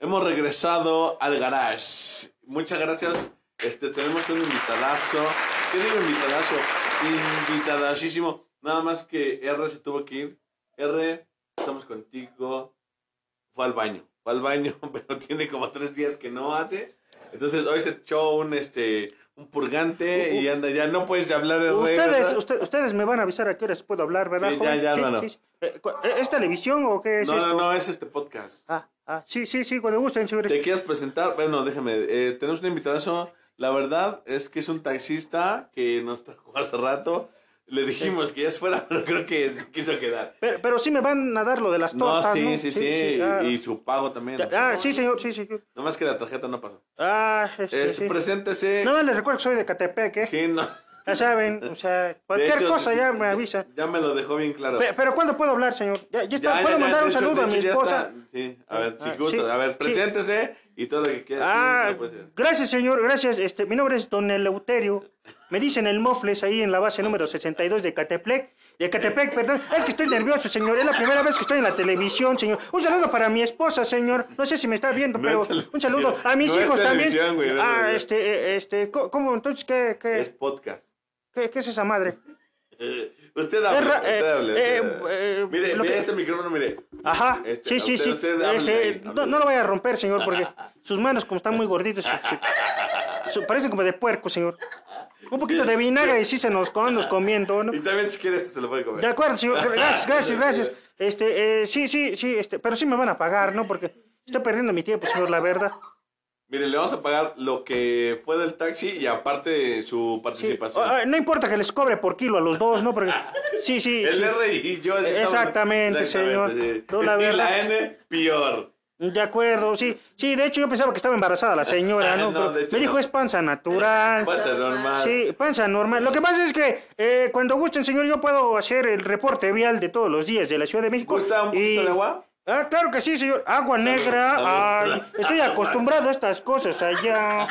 S1: Hemos regresado al garage. Muchas gracias. Este, tenemos un invitadazo. ¿Qué digo invitadazo? Invitadasísimo. Nada más que R se tuvo que ir. R, estamos contigo. Fue al baño. Fue al baño, (laughs) pero tiene como tres días que no hace. Entonces hoy se echó un este un purgante y anda ya no puedes hablar R.
S6: Uh, Ustedes,
S1: ¿verdad?
S6: usted- ustedes me van a avisar a qué horas puedo hablar, ¿verdad?
S1: Sí, ya,
S6: joven?
S1: ya, hermano.
S6: Eh, cu- eh, ¿Es televisión o qué es
S1: No,
S6: esto?
S1: no, no, es este podcast.
S6: Ah, ah, sí, sí, sí, cuando gusten, señores.
S1: ¿Te quieres presentar? Bueno, déjame. eh, tenemos un invitadazo. La verdad es que es un taxista que nos trajo hace rato. Le dijimos que ya se fuera, (laughs) pero creo que se quiso quedar.
S6: Pero, pero sí me van a dar lo de las
S1: No,
S6: tortas, ¿no?
S1: sí, sí, sí.
S6: ah,
S1: y su pago también.
S6: ya- ah, sí, señor, sí, sí.
S1: Nomás que la tarjeta no pasó.
S6: Ah, este,
S1: Este,
S6: sí.
S1: Preséntese.
S6: Nada más les recuerdo que soy de Catepec, ¿eh?
S1: Sí, no.
S6: Ya saben, o sea,
S1: De
S6: cualquier
S1: hecho,
S6: cosa ya me avisa.
S1: Ya me lo dejó bien claro.
S6: Pe- Pero, ¿cuándo puedo hablar, señor? Ya, ya está,
S1: Ya, ya,
S6: ¿Puedo
S1: ya,
S6: mandar
S1: de
S6: un
S1: hecho,
S6: saludo
S1: de
S6: a mi
S1: hecho, ya
S6: esposa?
S1: está. Sí, a ver, si
S6: Ah,
S1: gusta.
S6: sí,
S1: A ver,
S6: sí.
S1: preséntese y todo lo que quiera.
S6: Ah,
S1: sí, pues, lo puede hacer.
S6: gracias, señor, gracias. Este, mi nombre es Don Eleuterio. Me dicen el Mofles ahí en la base número 62 de Catepec. De Catepec, perdón. Es que estoy nervioso, señor. Es la primera vez que estoy en la televisión, señor. Un saludo para mi esposa, señor. No sé si me está viendo,
S1: No
S6: pero
S1: es televisión.
S6: un saludo a mis
S1: No es
S6: hijos también.
S1: televisión, güey, no,
S6: ah,
S1: güey.
S6: este, eh, este, co- ¿cómo? Entonces, ¿qué,
S1: Es
S6: qué,
S1: podcast.
S6: qué, qué es esa madre?
S1: Eh, usted hable,
S6: Es ra-
S1: usted
S6: eh,
S1: hable.
S6: eh,
S1: usted hable.
S6: eh,
S1: mire,
S6: lo
S1: mire
S6: que-
S1: este micrófono, mire.
S6: Ajá,
S1: Este,
S6: sí, sí,
S1: usted-
S6: sí.
S1: usted háblele
S6: Este,
S1: ahí,
S6: no-
S1: háblele.
S6: no, lo vaya a romper,
S1: (laughs)
S6: señor, porque sus manos, como están muy gorditas, su- su- su- parecen como de puerco, señor. Un poquito de vinagre y sí se nos, con- nos comiendo, ¿no?
S1: Y también si quiere este se lo puede comer.
S6: De acuerdo, señor. Gracias, gracias, gracias. Este, eh, sí, sí, sí, este, pero sí me van a pagar, ¿no? Porque estoy perdiendo mi tiempo, señor, la verdad.
S1: Mire, le vamos a pagar lo que fue del taxi y aparte su
S6: Sí.
S1: participación.
S6: Ah, no importa que les cobre por kilo a los dos, ¿no? Porque, sí, sí.
S1: El
S6: sí.
S1: R y yo. sí estamos-
S6: Exactamente, señor.
S1: sí.
S6: No, la
S1: y la
S6: verdad.
S1: N, peor.
S6: De acuerdo, sí, sí, de hecho yo pensaba que estaba embarazada
S1: (laughs)
S6: la señora, ¿no?
S1: No,
S6: Pero
S1: de hecho
S6: me dijo
S1: no.
S6: es panza natural.
S1: Pasa normal.
S6: Sí, panza normal. Lo que pasa es que eh, cuando gusten, señor, yo puedo hacer el reporte vial de todos los días de la Ciudad de México.
S1: ¿Gusta un poquito
S6: Y-
S1: de agua?
S6: Ah, claro que sí, señor. Agua negra.
S1: salud.
S6: Ay, estoy acostumbrado a estas cosas allá.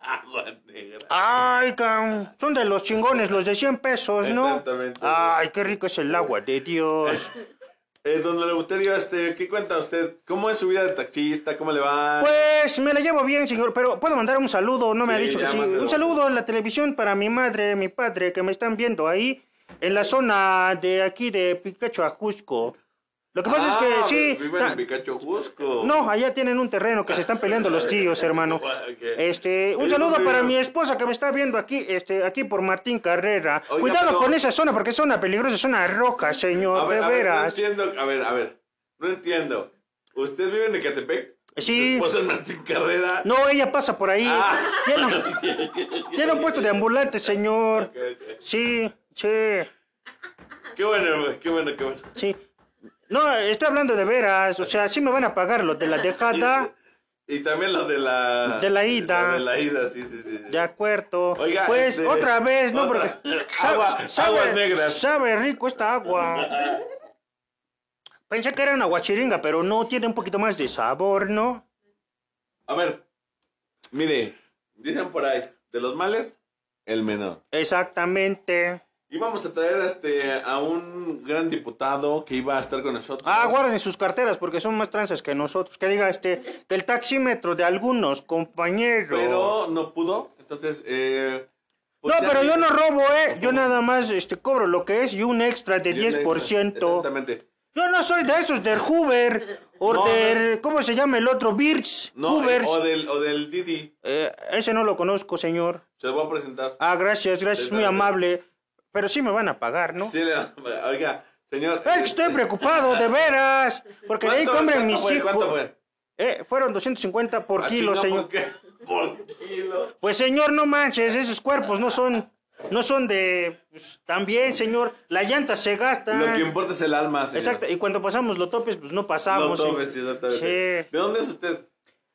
S1: Agua negra.
S6: Ay, cam, son de los chingones, los de 100 pesos, ¿no?
S1: Exactamente.
S6: Ay, qué rico es el agua de Dios.
S1: Eh, don Eleuterio, este, ¿qué cuenta usted? ¿Cómo es su vida de taxista? ¿Cómo le va?
S6: Pues me la llevo bien, señor, pero puedo mandar un saludo, no me
S1: Sí,
S6: ha dicho que
S1: ya,
S6: sí.
S1: mándelo. pues.
S6: Un saludo a la televisión para mi madre, mi padre, que me están viendo ahí en la zona de aquí de Picacho Ajusco. Lo que pasa
S1: Ah,
S6: es que sí.
S1: Vive
S6: ta-
S1: en Picacho Jusco.
S6: no, allá tienen un terreno que se están peleando los
S1: (laughs)
S6: tíos, hermano.
S1: Ah, Ok.
S6: Este, un
S1: Ellos
S6: saludo
S1: no
S6: para
S1: viven-
S6: mi esposa que me está viendo aquí, este, aquí por Martín Carrera.
S1: Oiga,
S6: Cuidado
S1: pero-
S6: con esa zona porque es zona peligrosa, zona roca, señor,
S1: A ver,
S6: de
S1: a ver, no
S6: veras.
S1: entiendo, a ver, a ver, no entiendo. ¿Usted vive en Ecatepec?
S6: Sí.
S1: ¿Vos en Martín Carrera?
S6: No, ella pasa por ahí.
S1: Ah.
S6: Tiene,
S1: (laughs)
S6: tiene un puesto de ambulante, señor.
S1: Ok, ok.
S6: Sí, sí,
S1: Qué bueno, güey, qué bueno, qué bueno.
S6: sí. No, estoy hablando de veras. O sea, sí me van a pagar lo de la
S1: (laughs)
S6: dejada.
S1: Y también lo de la...
S6: Ah, De la ida.
S1: De la ida, sí, sí, sí. sí.
S6: De acuerdo.
S1: Oiga,
S6: pues
S1: este,
S6: otra vez, ¿no?
S1: otra. (laughs)
S6: Porque
S1: Agua- aguas negras.
S6: Sabe rico esta
S1: (laughs)
S6: agua. Pensé que era una guachiringa, pero no, tiene un poquito más de sabor, ¿no?
S1: A ver, mire, dicen por ahí, de los males, el menor.
S6: Exactamente.
S1: Y vamos a traer este, a un gran diputado que iba a estar con nosotros.
S6: Ah, guarden sus carteras porque son más tranzas que nosotros. Que diga este, que el taxímetro de algunos compañeros.
S1: Pero no pudo, entonces... Eh, pues
S6: no,
S1: ya
S6: pero yo
S1: tiene-
S6: no robo, ¿eh?
S1: Por
S6: Yo
S1: favor.
S6: nada más este, cobro lo que es y un extra de
S1: Y un extra,
S6: 10%.
S1: Exactamente.
S6: Yo no soy de esos del Hoover o
S1: No, no
S6: del. ¿Cómo se llama el otro? Birch.
S1: No,
S6: Hoover.
S1: eh, o, del, o del Didi.
S6: ese no lo conozco, señor.
S1: Se lo voy a presentar.
S6: Ah, gracias, gracias, muy amable. Pero sí me van a pagar, ¿no?
S1: Sí, le- oiga, señor.
S6: Es que estoy preocupado, de veras. Porque de ahí
S1: ¿Cuánto-
S6: compren
S1: cuánto
S6: mis
S1: fue?
S6: hijos.
S1: ¿Cuánto fue?
S6: Eh, fueron 250 por
S1: Ah,
S6: kilo,
S1: chinga,
S6: señor.
S1: ¿Por, qué? (laughs) por kilo.
S6: Pues señor, no manches, esos cuerpos no son, no son de, pues, también señor, la llanta se gasta.
S1: Lo que importa es el alma, señor.
S6: Exacto, y cuando pasamos los topes, pues no
S1: Lo
S6: pasamos.
S1: topes,
S6: sí.
S1: exactamente.
S6: Sí.
S1: ¿De dónde es usted?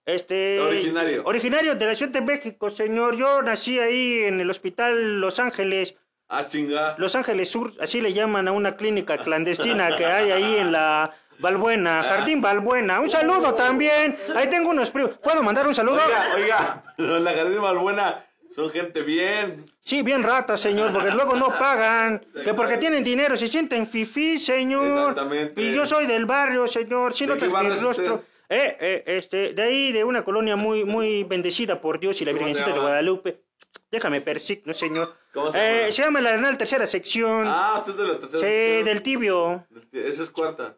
S6: Este,
S1: Originario.
S6: Originario de la Ciudad de México, señor. Yo nací ahí en el hospital Los Ángeles,
S1: Ah, chinga.
S6: Los Ángeles Sur, así le llaman a una clínica clandestina que hay ahí en la Balbuena, Jardín Balbuena. Un saludo también. Ahí tengo unos primos. ¿Puedo mandar un saludo?
S1: Oiga, oiga, (laughs) pero la Jardín Malbuena son gente bien.
S6: Sí, bien rata, señor, porque luego no pagan. Que porque tienen dinero, se sienten fifí, señor.
S1: Exactamente.
S6: Y yo soy del barrio, señor. Si
S1: ¿De
S6: no
S1: qué
S6: te
S1: barrio es usted?
S6: Eh, eh, este, de ahí, de una colonia muy, muy bendecida por Dios y la
S1: ¿Cómo se
S6: Virgencita de
S1: llama?
S6: Guadalupe. Déjame persigno, señor.
S1: ¿Cómo se llama?
S6: Eh, se llama la Arenal Tercera Sección.
S1: Ah, usted es de la
S6: Mm. sí,
S1: tercera sección.
S6: del tibio.
S1: Esa es cuarta.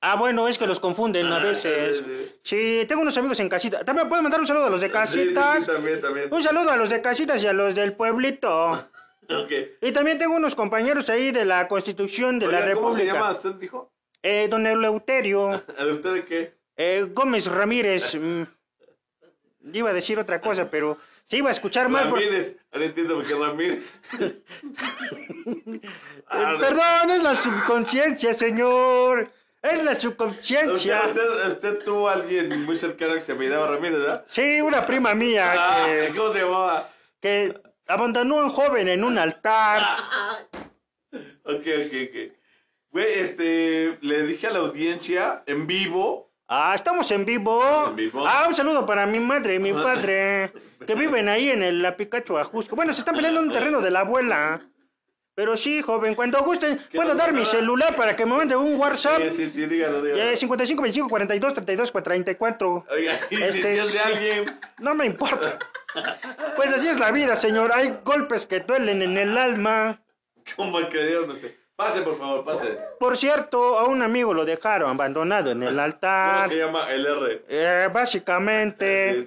S6: Ah, bueno, es que los confunden a
S1: Ah,
S6: veces.
S1: sí, sí.
S6: Sí, tengo unos amigos en casita. También puedo mandar un saludo a los de
S1: Sí, sí,
S6: casitas. Pues,
S1: sí, también, también.
S6: Un saludo a los de casitas y a los del
S1: (laughs)
S6: pueblito.
S1: Ok.
S6: Y también tengo unos compañeros ahí de la Constitución de
S1: Oiga,
S6: la
S1: ¿Cómo se
S6: República.
S1: llama? ¿Usted dijo?
S6: Eh, don Eleuterio
S1: ¿A usted de qué?
S6: eh, Gómez Ramírez. mm, iba a decir otra cosa, pero se iba a escuchar mal. por- Eh,
S1: Ramírez. Ahora entiendo por qué
S6: (laughs)
S1: Ramírez. Ah,
S6: Perdón, es la subconsciencia, señor. Es la subconsciencia.
S1: Usted, usted, usted tuvo a alguien muy cercano que se apellidaba Ramírez, ¿verdad?
S6: Sí, una prima mía
S1: Ah,
S6: que,
S1: ¿Cómo se llamaba?
S6: que abandonó a un joven en un altar.
S1: Ok, ok, ok. Güey, este, le dije a la audiencia en vivo.
S6: Ah, estamos en vivo.
S1: En vivo.
S6: Ah, un saludo para mi madre y mi padre, que viven ahí en el la Pikachu Ajusco. Bueno, se están peleando en un terreno de la abuela. Pero sí, joven, cuando gusten, puedo
S1: no
S6: dar mi
S1: nada.
S6: celular para que me mande un WhatsApp.
S1: Sí, sí, sí, dígalo, dígalo.
S6: Eh, 55, 25, 42, 32, 44.
S1: Oiga, y si-
S6: Este,
S1: si es de
S6: sí.
S1: alguien.
S6: No me importa. Pues así es la vida, señor. Hay golpes que duelen en el alma.
S1: Como el que le dieron a usted. Pase, por favor, pase.
S6: Por cierto, a un amigo lo dejaron abandonado en el
S1: ¿Cómo
S6: altar.
S1: se llama? El R.
S6: Eh, básicamente,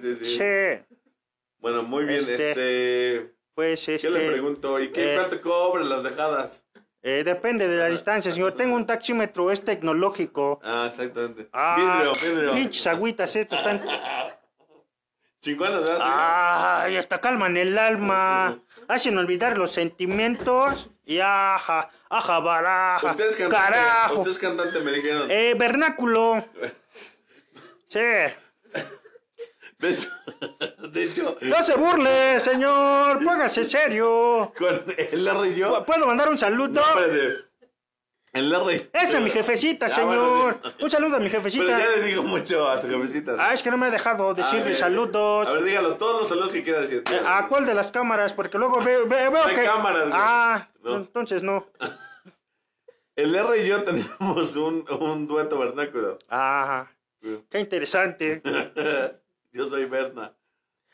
S1: Sí, sí, sí.
S6: sí.
S1: Bueno, muy bien,
S6: Este,
S1: este...
S6: Pues este.
S1: ¿Qué le pregunto? ¿Y qué
S6: eh,
S1: cuánto cobran las dejadas?
S6: eh, depende de la distancia, señor. Tengo un taxímetro, es tecnológico.
S1: Ah, exactamente.
S6: Ah,
S1: vidrio, vidrio.
S6: pinches agüitas, estos están.
S1: Chinguanas, ¿verdad?
S6: Ah, Ay, hasta calman el alma. Hacen olvidar los sentimientos. Y aja, aja, baraja.
S1: Ustedes cantante,
S6: Carajo.
S1: ustedes cantante me dijeron.
S6: Eh, vernáculo. Sí.
S1: De hecho, (laughs) de hecho,
S6: No se burle, señor. Póngase serio.
S1: con el R y yo.
S6: ¿Puedo mandar un saludo?
S1: No, espérate. El R. y-
S6: Esa es mi jefecita,
S1: Ah,
S6: señor.
S1: bueno, sí.
S6: Un saludo a mi
S1: Pero
S6: jefecita.
S1: ya le digo mucho a su jefecita.
S6: Ah, es que no me ha dejado
S1: A
S6: decirle
S1: ver,
S6: saludos.
S1: A ver, dígalo, todos los saludos que quiera decir.
S6: Eh, ¿A cuál de las cámaras? Porque luego veo, ve- veo
S1: hay
S6: que.
S1: cámaras, güey.
S6: Ah,
S1: No.
S6: entonces no.
S1: El R y yo (laughs) tenemos un, un dueto vernáculo.
S6: Ah,
S1: Sí.
S6: qué interesante.
S1: (laughs) Yo soy Berna.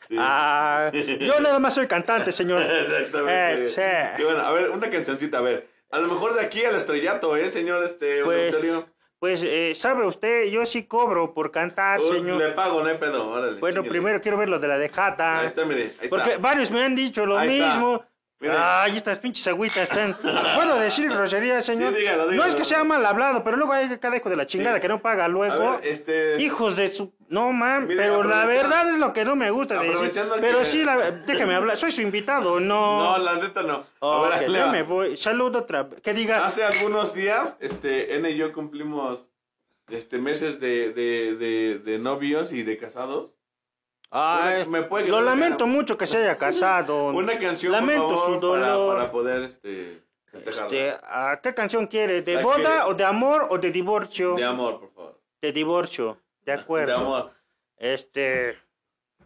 S1: Sí.
S6: Ah, yo nada más soy cantante,
S1: (laughs)
S6: señor.
S1: Exactamente.
S6: Eh, sí.
S1: Y bueno, a ver, una cancioncita, a ver. A lo mejor de aquí al estrellato, ¿eh, señor este
S6: Pues,
S1: Eleuterio?
S6: Pues, eh, sabe usted, yo sí cobro por cantar,
S1: Uh,
S6: ah, señor.
S1: Le pago, no hay pedo, órale.
S6: Bueno,
S1: chíngale.
S6: primero quiero ver lo de la dejada.
S1: Ahí está, mire, ahí
S6: Porque
S1: está.
S6: varios me han dicho lo
S1: Ahí está.
S6: mismo.
S1: Mire.
S6: Ay, estas pinches agüitas están. ¿Puedo decir grosería, señor?
S1: dígalo,
S6: No
S1: dígalo.
S6: es que sea mal hablado, pero luego hay cada hijo de la chingada
S1: Sí.
S6: que no paga luego.
S1: A ver, este-
S6: Hijos de su. No, man,
S1: Mire,
S6: pero la
S1: aprovechando-
S6: verdad es lo que no me gusta decir.
S1: aprovechando que-
S6: Pero sí, la... déjame hablar. Soy su invitado,
S1: (laughs) No,
S6: no.
S1: la neta no.
S6: Oh,
S1: a ver,
S6: que
S1: ahí le
S6: ya
S1: va.
S6: me voy. Saludo otra vez. Que diga.
S1: Hace algunos días, este, N y yo cumplimos este, meses de, de, de, de novios y de casados.
S6: Ay,
S1: Ah, me puede que
S6: lo
S1: no le
S6: lamento
S1: haya-
S6: mucho que se haya
S1: (laughs)
S6: casado.
S1: Una canción,
S6: Lamento
S1: por favor,
S6: su dolor.
S1: Para, para poder este, festejarla.
S6: Este, ¿a ¿Qué canción quiere? ¿De
S1: La que-
S6: boda o de amor o de divorcio?
S1: De amor, por favor.
S6: De divorcio, de acuerdo.
S1: De amor.
S6: Este.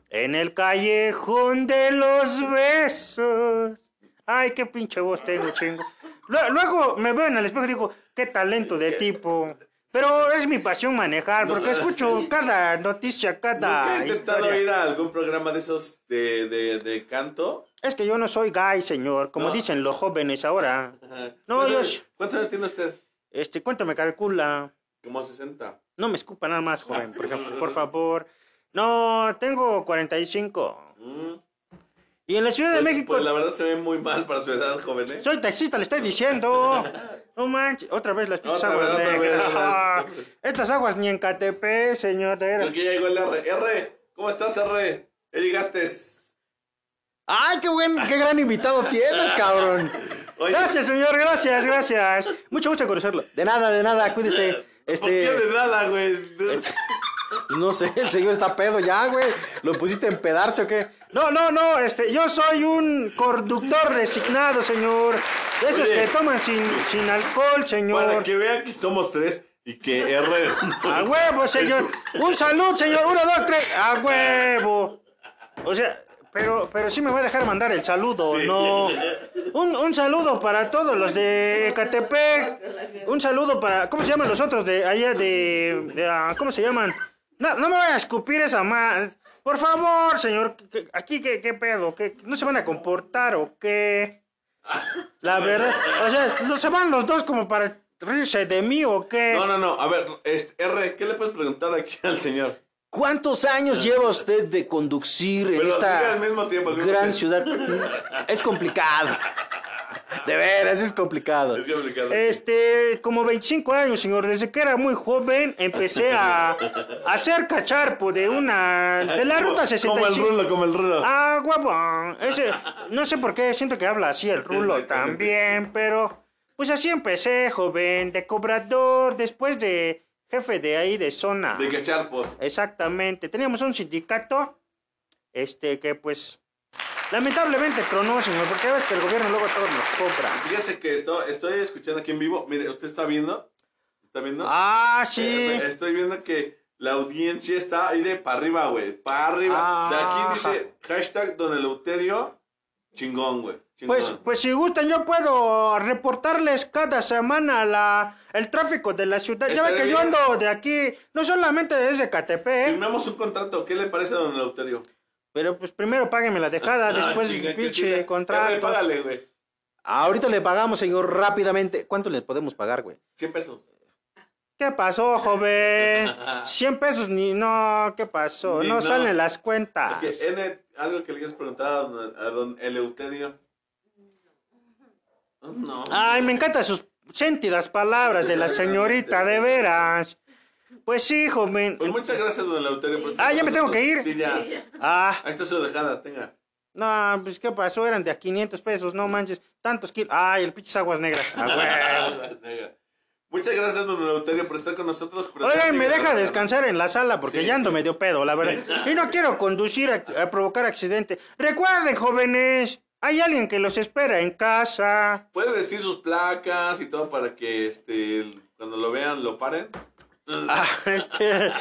S6: En el callejón de los besos. Ay, qué pinche voz tengo, chingo. Lue- Luego me veo en el espejo y digo, qué talento de tipo. Pero es mi pasión manejar, porque escucho cada noticia,
S1: ¿Nunca
S6: cada
S1: he intentado
S6: historia.
S1: ir a algún programa de esos de, de, de canto?
S6: Es que yo no soy gay, señor, como
S1: No.
S6: dicen los jóvenes ahora. No, yo...
S1: ¿Cuántos- ¿Cuántos años tiene usted?
S6: Este, ¿cuánto me calcula?
S1: Como 60.
S6: No me escupa nada más, joven, por, fa- por favor. No, tengo 45.
S1: Mm.
S6: Y en la Ciudad de
S1: Pues-
S6: México...
S1: Pues la verdad se ve muy mal para su edad, joven, ¿eh?
S6: Soy taxista, le estoy diciendo. No manches, otra vez las pinches
S1: Otra vez,
S6: aguas
S1: otra vez,
S6: negras. Ah,
S1: otra vez.
S6: Estas aguas ni en KTP, señor. de veras.
S1: Creo que ya llegó el R. R, ¿cómo estás, R? Ya llegaste.
S2: Ay, qué buen, qué gran invitado tienes, cabrón.
S1: Oye,
S6: Gracias, señor, gracias, gracias. Mucho gusto en conocerlo.
S2: De nada, de nada, cuídese.
S1: ¿por qué
S2: Este,
S1: de nada, güey?
S2: No sé, el señor está pedo ya, güey. ¿Lo pusiste a empedarse o qué?
S6: No, no, no, este, yo soy un conductor resignado, señor. De esos
S1: Oye.
S6: que toman sin, sin alcohol,
S1: (laughs) Para
S6: señor.
S1: que vean que somos tres y que R.
S6: (laughs)
S1: (laughs)
S6: A huevo, señor. Un salud, señor. Uno, dos, tres. A huevo. O sea, pero, pero sí me va a dejar mandar el saludo,
S1: Sí.
S6: ¿no? Un, un saludo para todos los de Ecatepec. Un saludo para... ¿Cómo se llaman los otros de allá de... de, ah, ¿Cómo se llaman? No, no me voy a escupir esa más. Por favor, señor. ¿qué- qué- Aquí, ¿qué, qué pedo? ¿Qué, ¿No se van a comportar o qué? La verdad. O sea, ¿no ¿se van los dos como para reírse de mí o qué?
S1: No, no, no. A ver, este, R, ¿qué le puedes preguntar aquí al señor?
S2: ¿Cuántos años lleva usted de conducir en
S1: Pero diga
S2: esta
S1: al mismo tiempo, al mismo
S2: gran
S1: tiempo.
S2: ciudad? Es complicado. De veras, es complicado.
S1: Es que me quedo-
S6: Este, como 25 años, señor. Desde que era muy joven empecé a, a hacer cacharpo de una. de la
S1: Como
S6: ruta
S1: el
S6: 65.
S1: rulo, como el rulo.
S6: Ah, guapo. Ese, no sé por qué siento que habla así
S1: (laughs)
S6: el rulo
S1: Exactamente.
S6: también, pero. Pues así empecé, joven, de cobrador, después de jefe de ahí de zona.
S1: De pues, cacharpos.
S6: Exactamente. Teníamos un sindicato, este, que pues. Lamentablemente tronó, señor, porque ya ves que el gobierno luego todos nos compra.
S1: Fíjese que esto, estoy escuchando aquí en vivo. Mire, ¿usted está viendo? ¿Está viendo?
S6: Ah,
S1: Eh,
S6: sí.
S1: me- Estoy viendo que la audiencia está ahí de para arriba, güey. Para arriba.
S6: Ah.
S1: de aquí dice hashtag Don Eleuterio. Chingón, güey. Chingón.
S6: Pues, pues si gustan, yo puedo reportarles cada semana la, el tráfico de la ciudad. Ya ven
S1: Estaría
S6: que yo
S1: bien.
S6: ando de aquí, no solamente desde Catepec.
S1: Firmemos un contrato. ¿Qué le parece a Don Eleuterio?
S6: Pero pues primero páguenme la dejada, después
S1: Ah, chinga, que
S6: pinche
S1: sí.
S6: contrato.
S1: Dale, Págale, güey.
S2: Ahorita le pagamos, señor, rápidamente. ¿Cuánto le podemos pagar, güey?
S1: 100 pesos.
S6: ¿Qué pasó,
S1: (laughs)
S6: joven? 100 pesos ni no, ¿qué pasó?
S1: Ni
S6: no,
S1: no. eh,
S6: salen las cuentas.
S1: Ok, N, algo que le quieras preguntar a don, a don Eleuterio. Oh, No.
S6: Ay, me encantan sus sentidas palabras de la señorita, de veras. Pues sí, joven.
S1: Pues muchas gracias, don Eleuterio. por estar
S6: Ah,
S1: con
S6: ya me tengo
S1: nosotros.
S6: que ir.
S1: Sí, ya.
S6: Ah.
S1: Ahí está su dejada, tenga.
S6: No, pues qué pasó, eran de a 500 pesos, no manches, tantos kilos. Ay, el pinches
S1: (laughs)
S6: aguas negras. Ah, a huevo.
S1: Muchas gracias, don Eleuterio, por estar con nosotros. por
S6: Oigan, me
S1: estar-
S6: deja descansar en la sala porque
S1: Sí,
S6: ya ando
S1: sí.
S6: medio pedo, la verdad. Y no quiero conducir a, a provocar accidente. Recuerden, jóvenes, hay alguien que los espera en casa. (laughs)
S1: Puede decir sus placas y todo para que este el- cuando lo vean lo paren.
S6: Ah, este,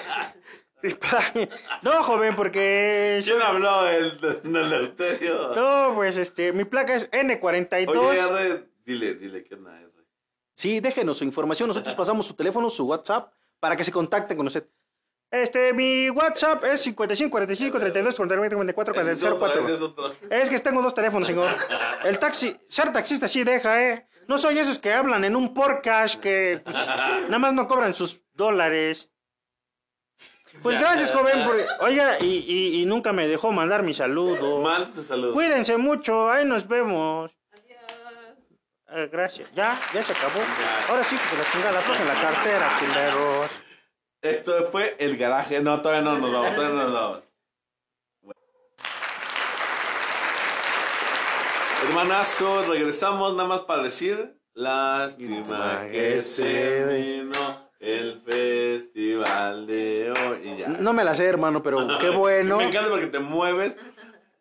S6: mi plan- No, joven, porque
S1: ¿Quién habló? El don Eleuterio.
S6: no, pues este, mi placa es N42.
S1: Oye, R, dile, dile, ¿qué onda, eh, R?
S2: Sí, déjenos su información. Nosotros pasamos su teléfono, su WhatsApp, para que se contacten con usted.
S6: Este, mi WhatsApp es 55 45 32 49 54
S1: Ese es otro,
S6: 44.
S1: ese es otro. (laughs)
S6: Es que tengo dos teléfonos, señor. El taxi, ser taxista sí deja, ¿eh? No soy esos que hablan en un podcast que pues, nada más no cobran sus dólares. Pues gracias, joven. por- Oiga, y, y- y nunca me dejó mandar mi saludo.
S1: Manda sus saludos.
S6: Cuídense mucho, ahí nos vemos. Eh, gracias. ¿Ya? ¿Ya se acabó?
S1: Ya.
S6: Ahora sí, que la chingada, pues, en la cartera, culeros.
S1: Esto fue el garaje. No, todavía no nos vamos, todavía no nos vamos. Hermanazo, regresamos nada más para decir Lástima que se vino el festival de hoy y ya.
S2: No me la sé, hermano, pero qué bueno.
S1: Me encanta porque te mueves.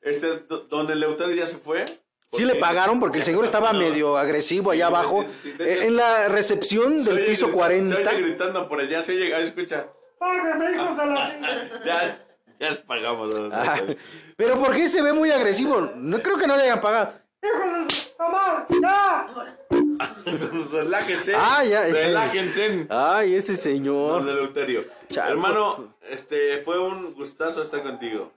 S1: Este, do- donde Eleuterio ya se fue.
S2: Sí le pagaron porque el señor estaba medio agresivo allá
S1: sí,
S2: abajo.
S1: sí, sí, de hecho-
S2: Eh, en la recepción
S1: Se
S2: del
S1: oye
S2: piso
S1: gritando-
S2: 40.
S1: Se oye gritando por allá, se oye, ahí escucha.
S6: Págame, hijos de la chingada.
S1: Ya, ya le pagamos. don
S2: Ah,
S1: Eleuterio.
S2: pero ¿por qué se ve muy agresivo? No creo que no le hayan pagado.
S6: ¡Hijos de amor! ¡Ya!
S1: (laughs) Relájense.
S2: Ah, ya.
S1: Relájense.
S2: Ay, este señor.
S1: Don Eleuterio.
S2: Chale.
S1: Hermano, este, fue un gustazo estar contigo.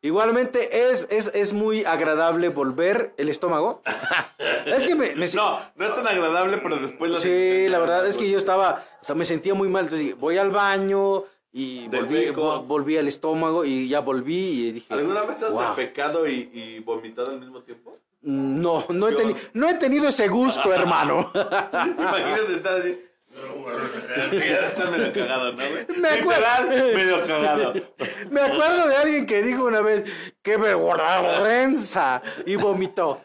S2: Igualmente es, es, es muy agradable volver el
S1: (laughs)
S2: estómago. es que me, me-
S1: No, no es tan agradable, pero después lo
S2: Sí, la verdad es que yo estaba, o sea, me sentía muy mal. Entonces, voy al baño y
S1: Del
S2: volví,
S1: pico.
S2: vo- volví al estómago y ya volví y dije...
S1: ¿Alguna vez has
S2: "Guau".
S1: defecado y, y vomitado al mismo
S2: (laughs)
S1: tiempo?
S2: No, no he,
S1: Yo-
S2: teni- no he tenido ese
S1: (laughs)
S2: gusto, hermano.
S1: Imagínate estar
S2: (laughs)
S1: así. Ya está medio cagado, ¿no? güey?
S2: Me acuerdo-
S1: Literal, medio cagado.
S2: Me acuerdo de alguien que dijo una vez, qué vergüenza, y vomitó.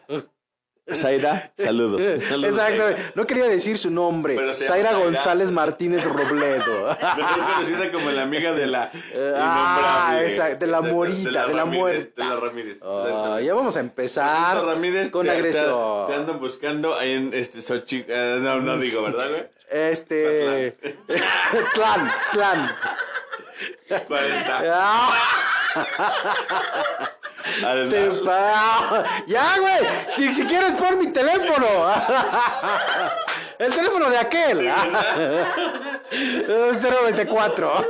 S7: Zaira, saludos.
S1: (laughs) Saludos,
S2: Exactamente. No quería decir su nombre.
S1: Pero se llama
S2: Zaira
S1: Zaira.
S2: González Martínez Robledo.
S1: Mejor conocida como la amiga de la.
S2: ah,
S1: innombrable.
S2: esa- de la
S1: Exacto,
S2: morita, de la
S1: Ramírez,
S2: muerta.
S1: De la Ramírez.
S2: Ah,
S1: exactamente.
S2: ya vamos a empezar
S1: Luisito Ramírez
S2: con
S1: te, te-
S2: agresión.
S1: te andan buscando ahí en este Xochitl. eh, no,
S2: (laughs)
S1: no digo, ¿verdad, güey?
S2: Este. (laughs) clan, clan.
S1: 40.
S2: Ah,
S1: Arena.
S2: te (laughs) pa- Ya, güey. Si, si quieres, pon mi teléfono. (laughs) El teléfono de aquel. (laughs) 024.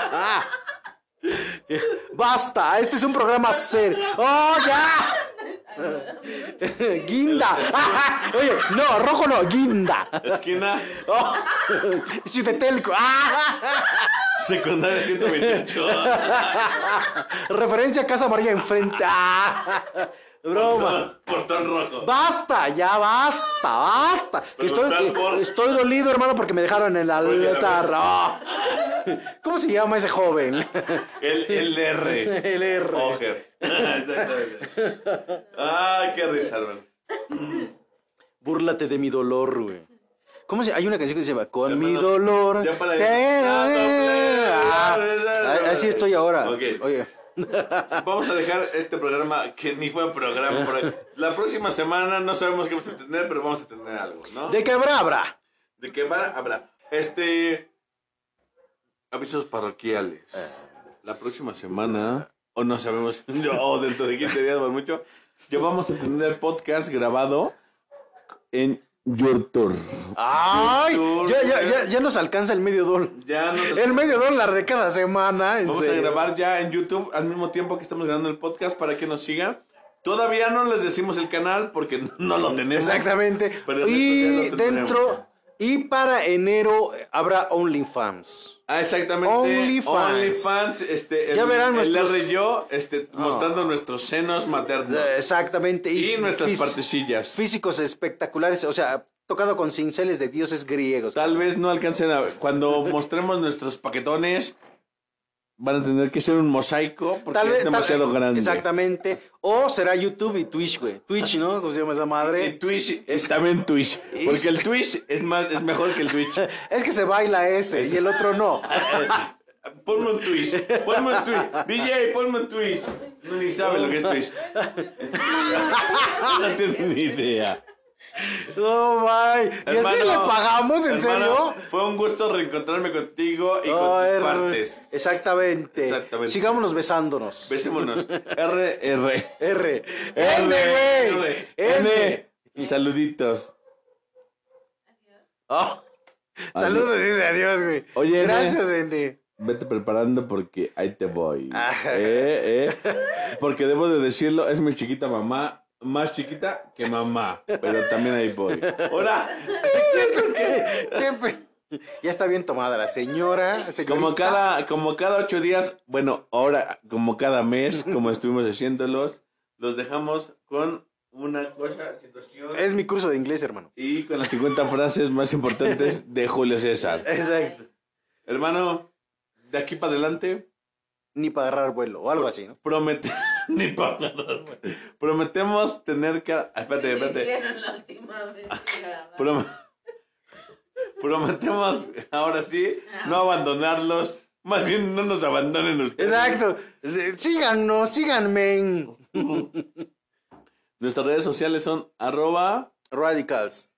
S2: (laughs) Basta, este es un programa serio. ¡Oh, ya! (laughs) Guinda. (laughs) Oye, no, rojo no, guinda. (laughs)
S1: Esquina
S2: Oh, Ciutetelco. ¡Ah!
S1: secundaria 128.
S2: (laughs) Referencia a Casa Amarilla enfrente. (laughs) ¡Ah! Broma.
S1: Portón rojo.
S2: Basta, ya basta, basta. Que
S1: Pero
S2: estoy,
S1: estás
S2: que
S1: por-
S2: estoy dolido, hermano, porque me dejaron en la
S1: Oye, la
S2: altar. Ah. (laughs) ¿Cómo se llama ese joven? (laughs)
S1: El, el R.
S2: El R.
S1: Ojer. (laughs) Exactamente. Ay, qué risa, hermano.
S2: Búrlate de mi dolor, güey. ¿Cómo se Hay una canción que se llama Con mi
S1: Hermano,
S2: dolor.
S1: ya para-
S2: Te-
S1: Ya, no,
S2: Ah,
S1: no, no.
S2: Así estoy ahora.
S1: Ok.
S2: Oye.
S1: Vamos a dejar este programa que ni fue programa. por ahí. La próxima semana no sabemos qué vamos a tener, pero vamos a tener algo, ¿no?
S2: ¿De qué habrá, habrá?
S1: ¿De qué vara habrá? Este. Avisos
S2: Eh.
S1: parroquiales. La próxima semana, o no sabemos, (laughs) no, o dentro de 15 días, por mucho, ya vamos a tener podcast grabado en Your Tour.
S2: Ay,
S1: Tour,
S2: ya, ya,
S1: güey.
S2: ya, ya nos alcanza el medio dólar.
S1: Ya nos-
S2: El medio dólar de cada semana. en
S1: Vamos a
S2: serio.
S1: grabar ya en YouTube al mismo tiempo que estamos grabando el podcast para que nos sigan. Todavía no les decimos el canal porque no, no lo tenemos.
S2: Exactamente.
S1: Pero
S2: y
S1: esto ya lo tendremos.
S2: dentro, y para enero habrá OnlyFans.
S1: Ah, exactamente.
S2: OnlyFans.
S1: OnlyFans, este,
S2: Ya
S1: el,
S2: verán
S1: el
S2: nuestros- Ah.
S1: R y yo este, mostrando nuestros senos maternos
S2: Eh, Exactamente.
S1: y, nuestras
S2: fis-
S1: partecillas.
S2: Físicos espectaculares, o sea, tocado con cinceles de dioses griegos.
S1: Tal vez no alcancen a cuando mostremos nuestros paquetones van a tener que ser un mosaico porque
S2: Tal vez-
S1: es
S2: tal-
S1: demasiado grande.
S2: Exactamente. O será YouTube y Twitch, güey. Twitch, ¿no? ¿Cómo se llama esa
S1: Y
S2: madre?
S1: Twitch es también Twitch, porque el Twitch es más es mejor que el Twitch.
S2: (laughs) Es que se baila ese y el
S1: (laughs)
S2: otro no.
S1: Ponme un Twitch, ponme un Twitch. DJ, ponme un Twitch. No ni sabe lo que es Twitch.
S7: No tengo ni idea.
S2: No, my. ¿Y así
S1: Hermano,
S2: le pagamos, en
S1: hermano,
S2: serio? Oh,
S1: Fue un gusto reencontrarme contigo y con
S2: Ay,
S1: tus partes.
S2: Exactamente.
S1: Exactamente.
S2: Sigámonos besándonos.
S1: Besémonos. R, R.
S2: R.
S1: R,
S2: N, güey.
S1: R.
S2: N.
S7: Saluditos.
S2: Oh. Saludos, dice adiós, güey.
S7: Oye, N.
S2: Gracias, N.
S7: Vete preparando porque ahí te voy.
S2: Ah.
S7: Eh, eh. Porque debo de decirlo, es mi chiquita mamá, más chiquita que mamá, pero también ahí voy.
S1: Hola.
S2: (laughs) Siempre. Ya está bien tomada la señora. señorita.
S7: Como cada, como cada ocho días, bueno, ahora, como cada mes, como estuvimos haciéndolos,
S1: Los dejamos con una cosa, situación.
S2: Es mi curso de inglés, hermano.
S1: Y con
S7: las
S1: las.
S7: 50 frases más importantes de Julio César.
S2: Exacto.
S1: Hermano, de aquí para adelante,
S2: Ni para agarrar vuelo o algo así, ¿no?
S1: promete. (laughs) Ni pa' ganar, güey. Prometemos tener que. ah, Espérate, espérate.
S4: Dijeron la última vez
S1: (laughs)
S4: que grabamos.
S1: Prom- Prometemos, ahora sí, no abandonarlos. Más bien, no nos abandonen ustedes.
S2: Exacto. Síganos, síganme.
S1: Nuestras redes sociales son arroba
S2: Radicals.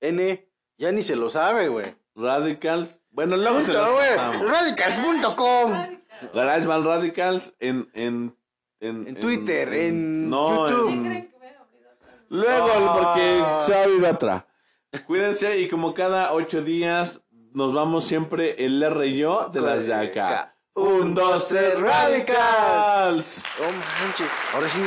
S2: N. Ya ni se lo sabe, güey.
S1: radicals. Bueno, luego se
S2: Punto,
S1: los
S2: güey.
S1: pasamos.
S2: Radicals.com.
S1: Garageman Radicals en, en, en,
S2: En Twitter, en
S1: no,
S2: YouTube.
S1: en-
S4: ¿Creen que me he olvidado?
S1: Luego,
S2: Ah.
S1: porque se va a vivir otra. Cuídense y como cada ocho días nos vamos siempre el R y yo de las de acá.
S2: Un, dos, tres, Radicals.
S1: Radicals.
S2: No manches. Ahora sí.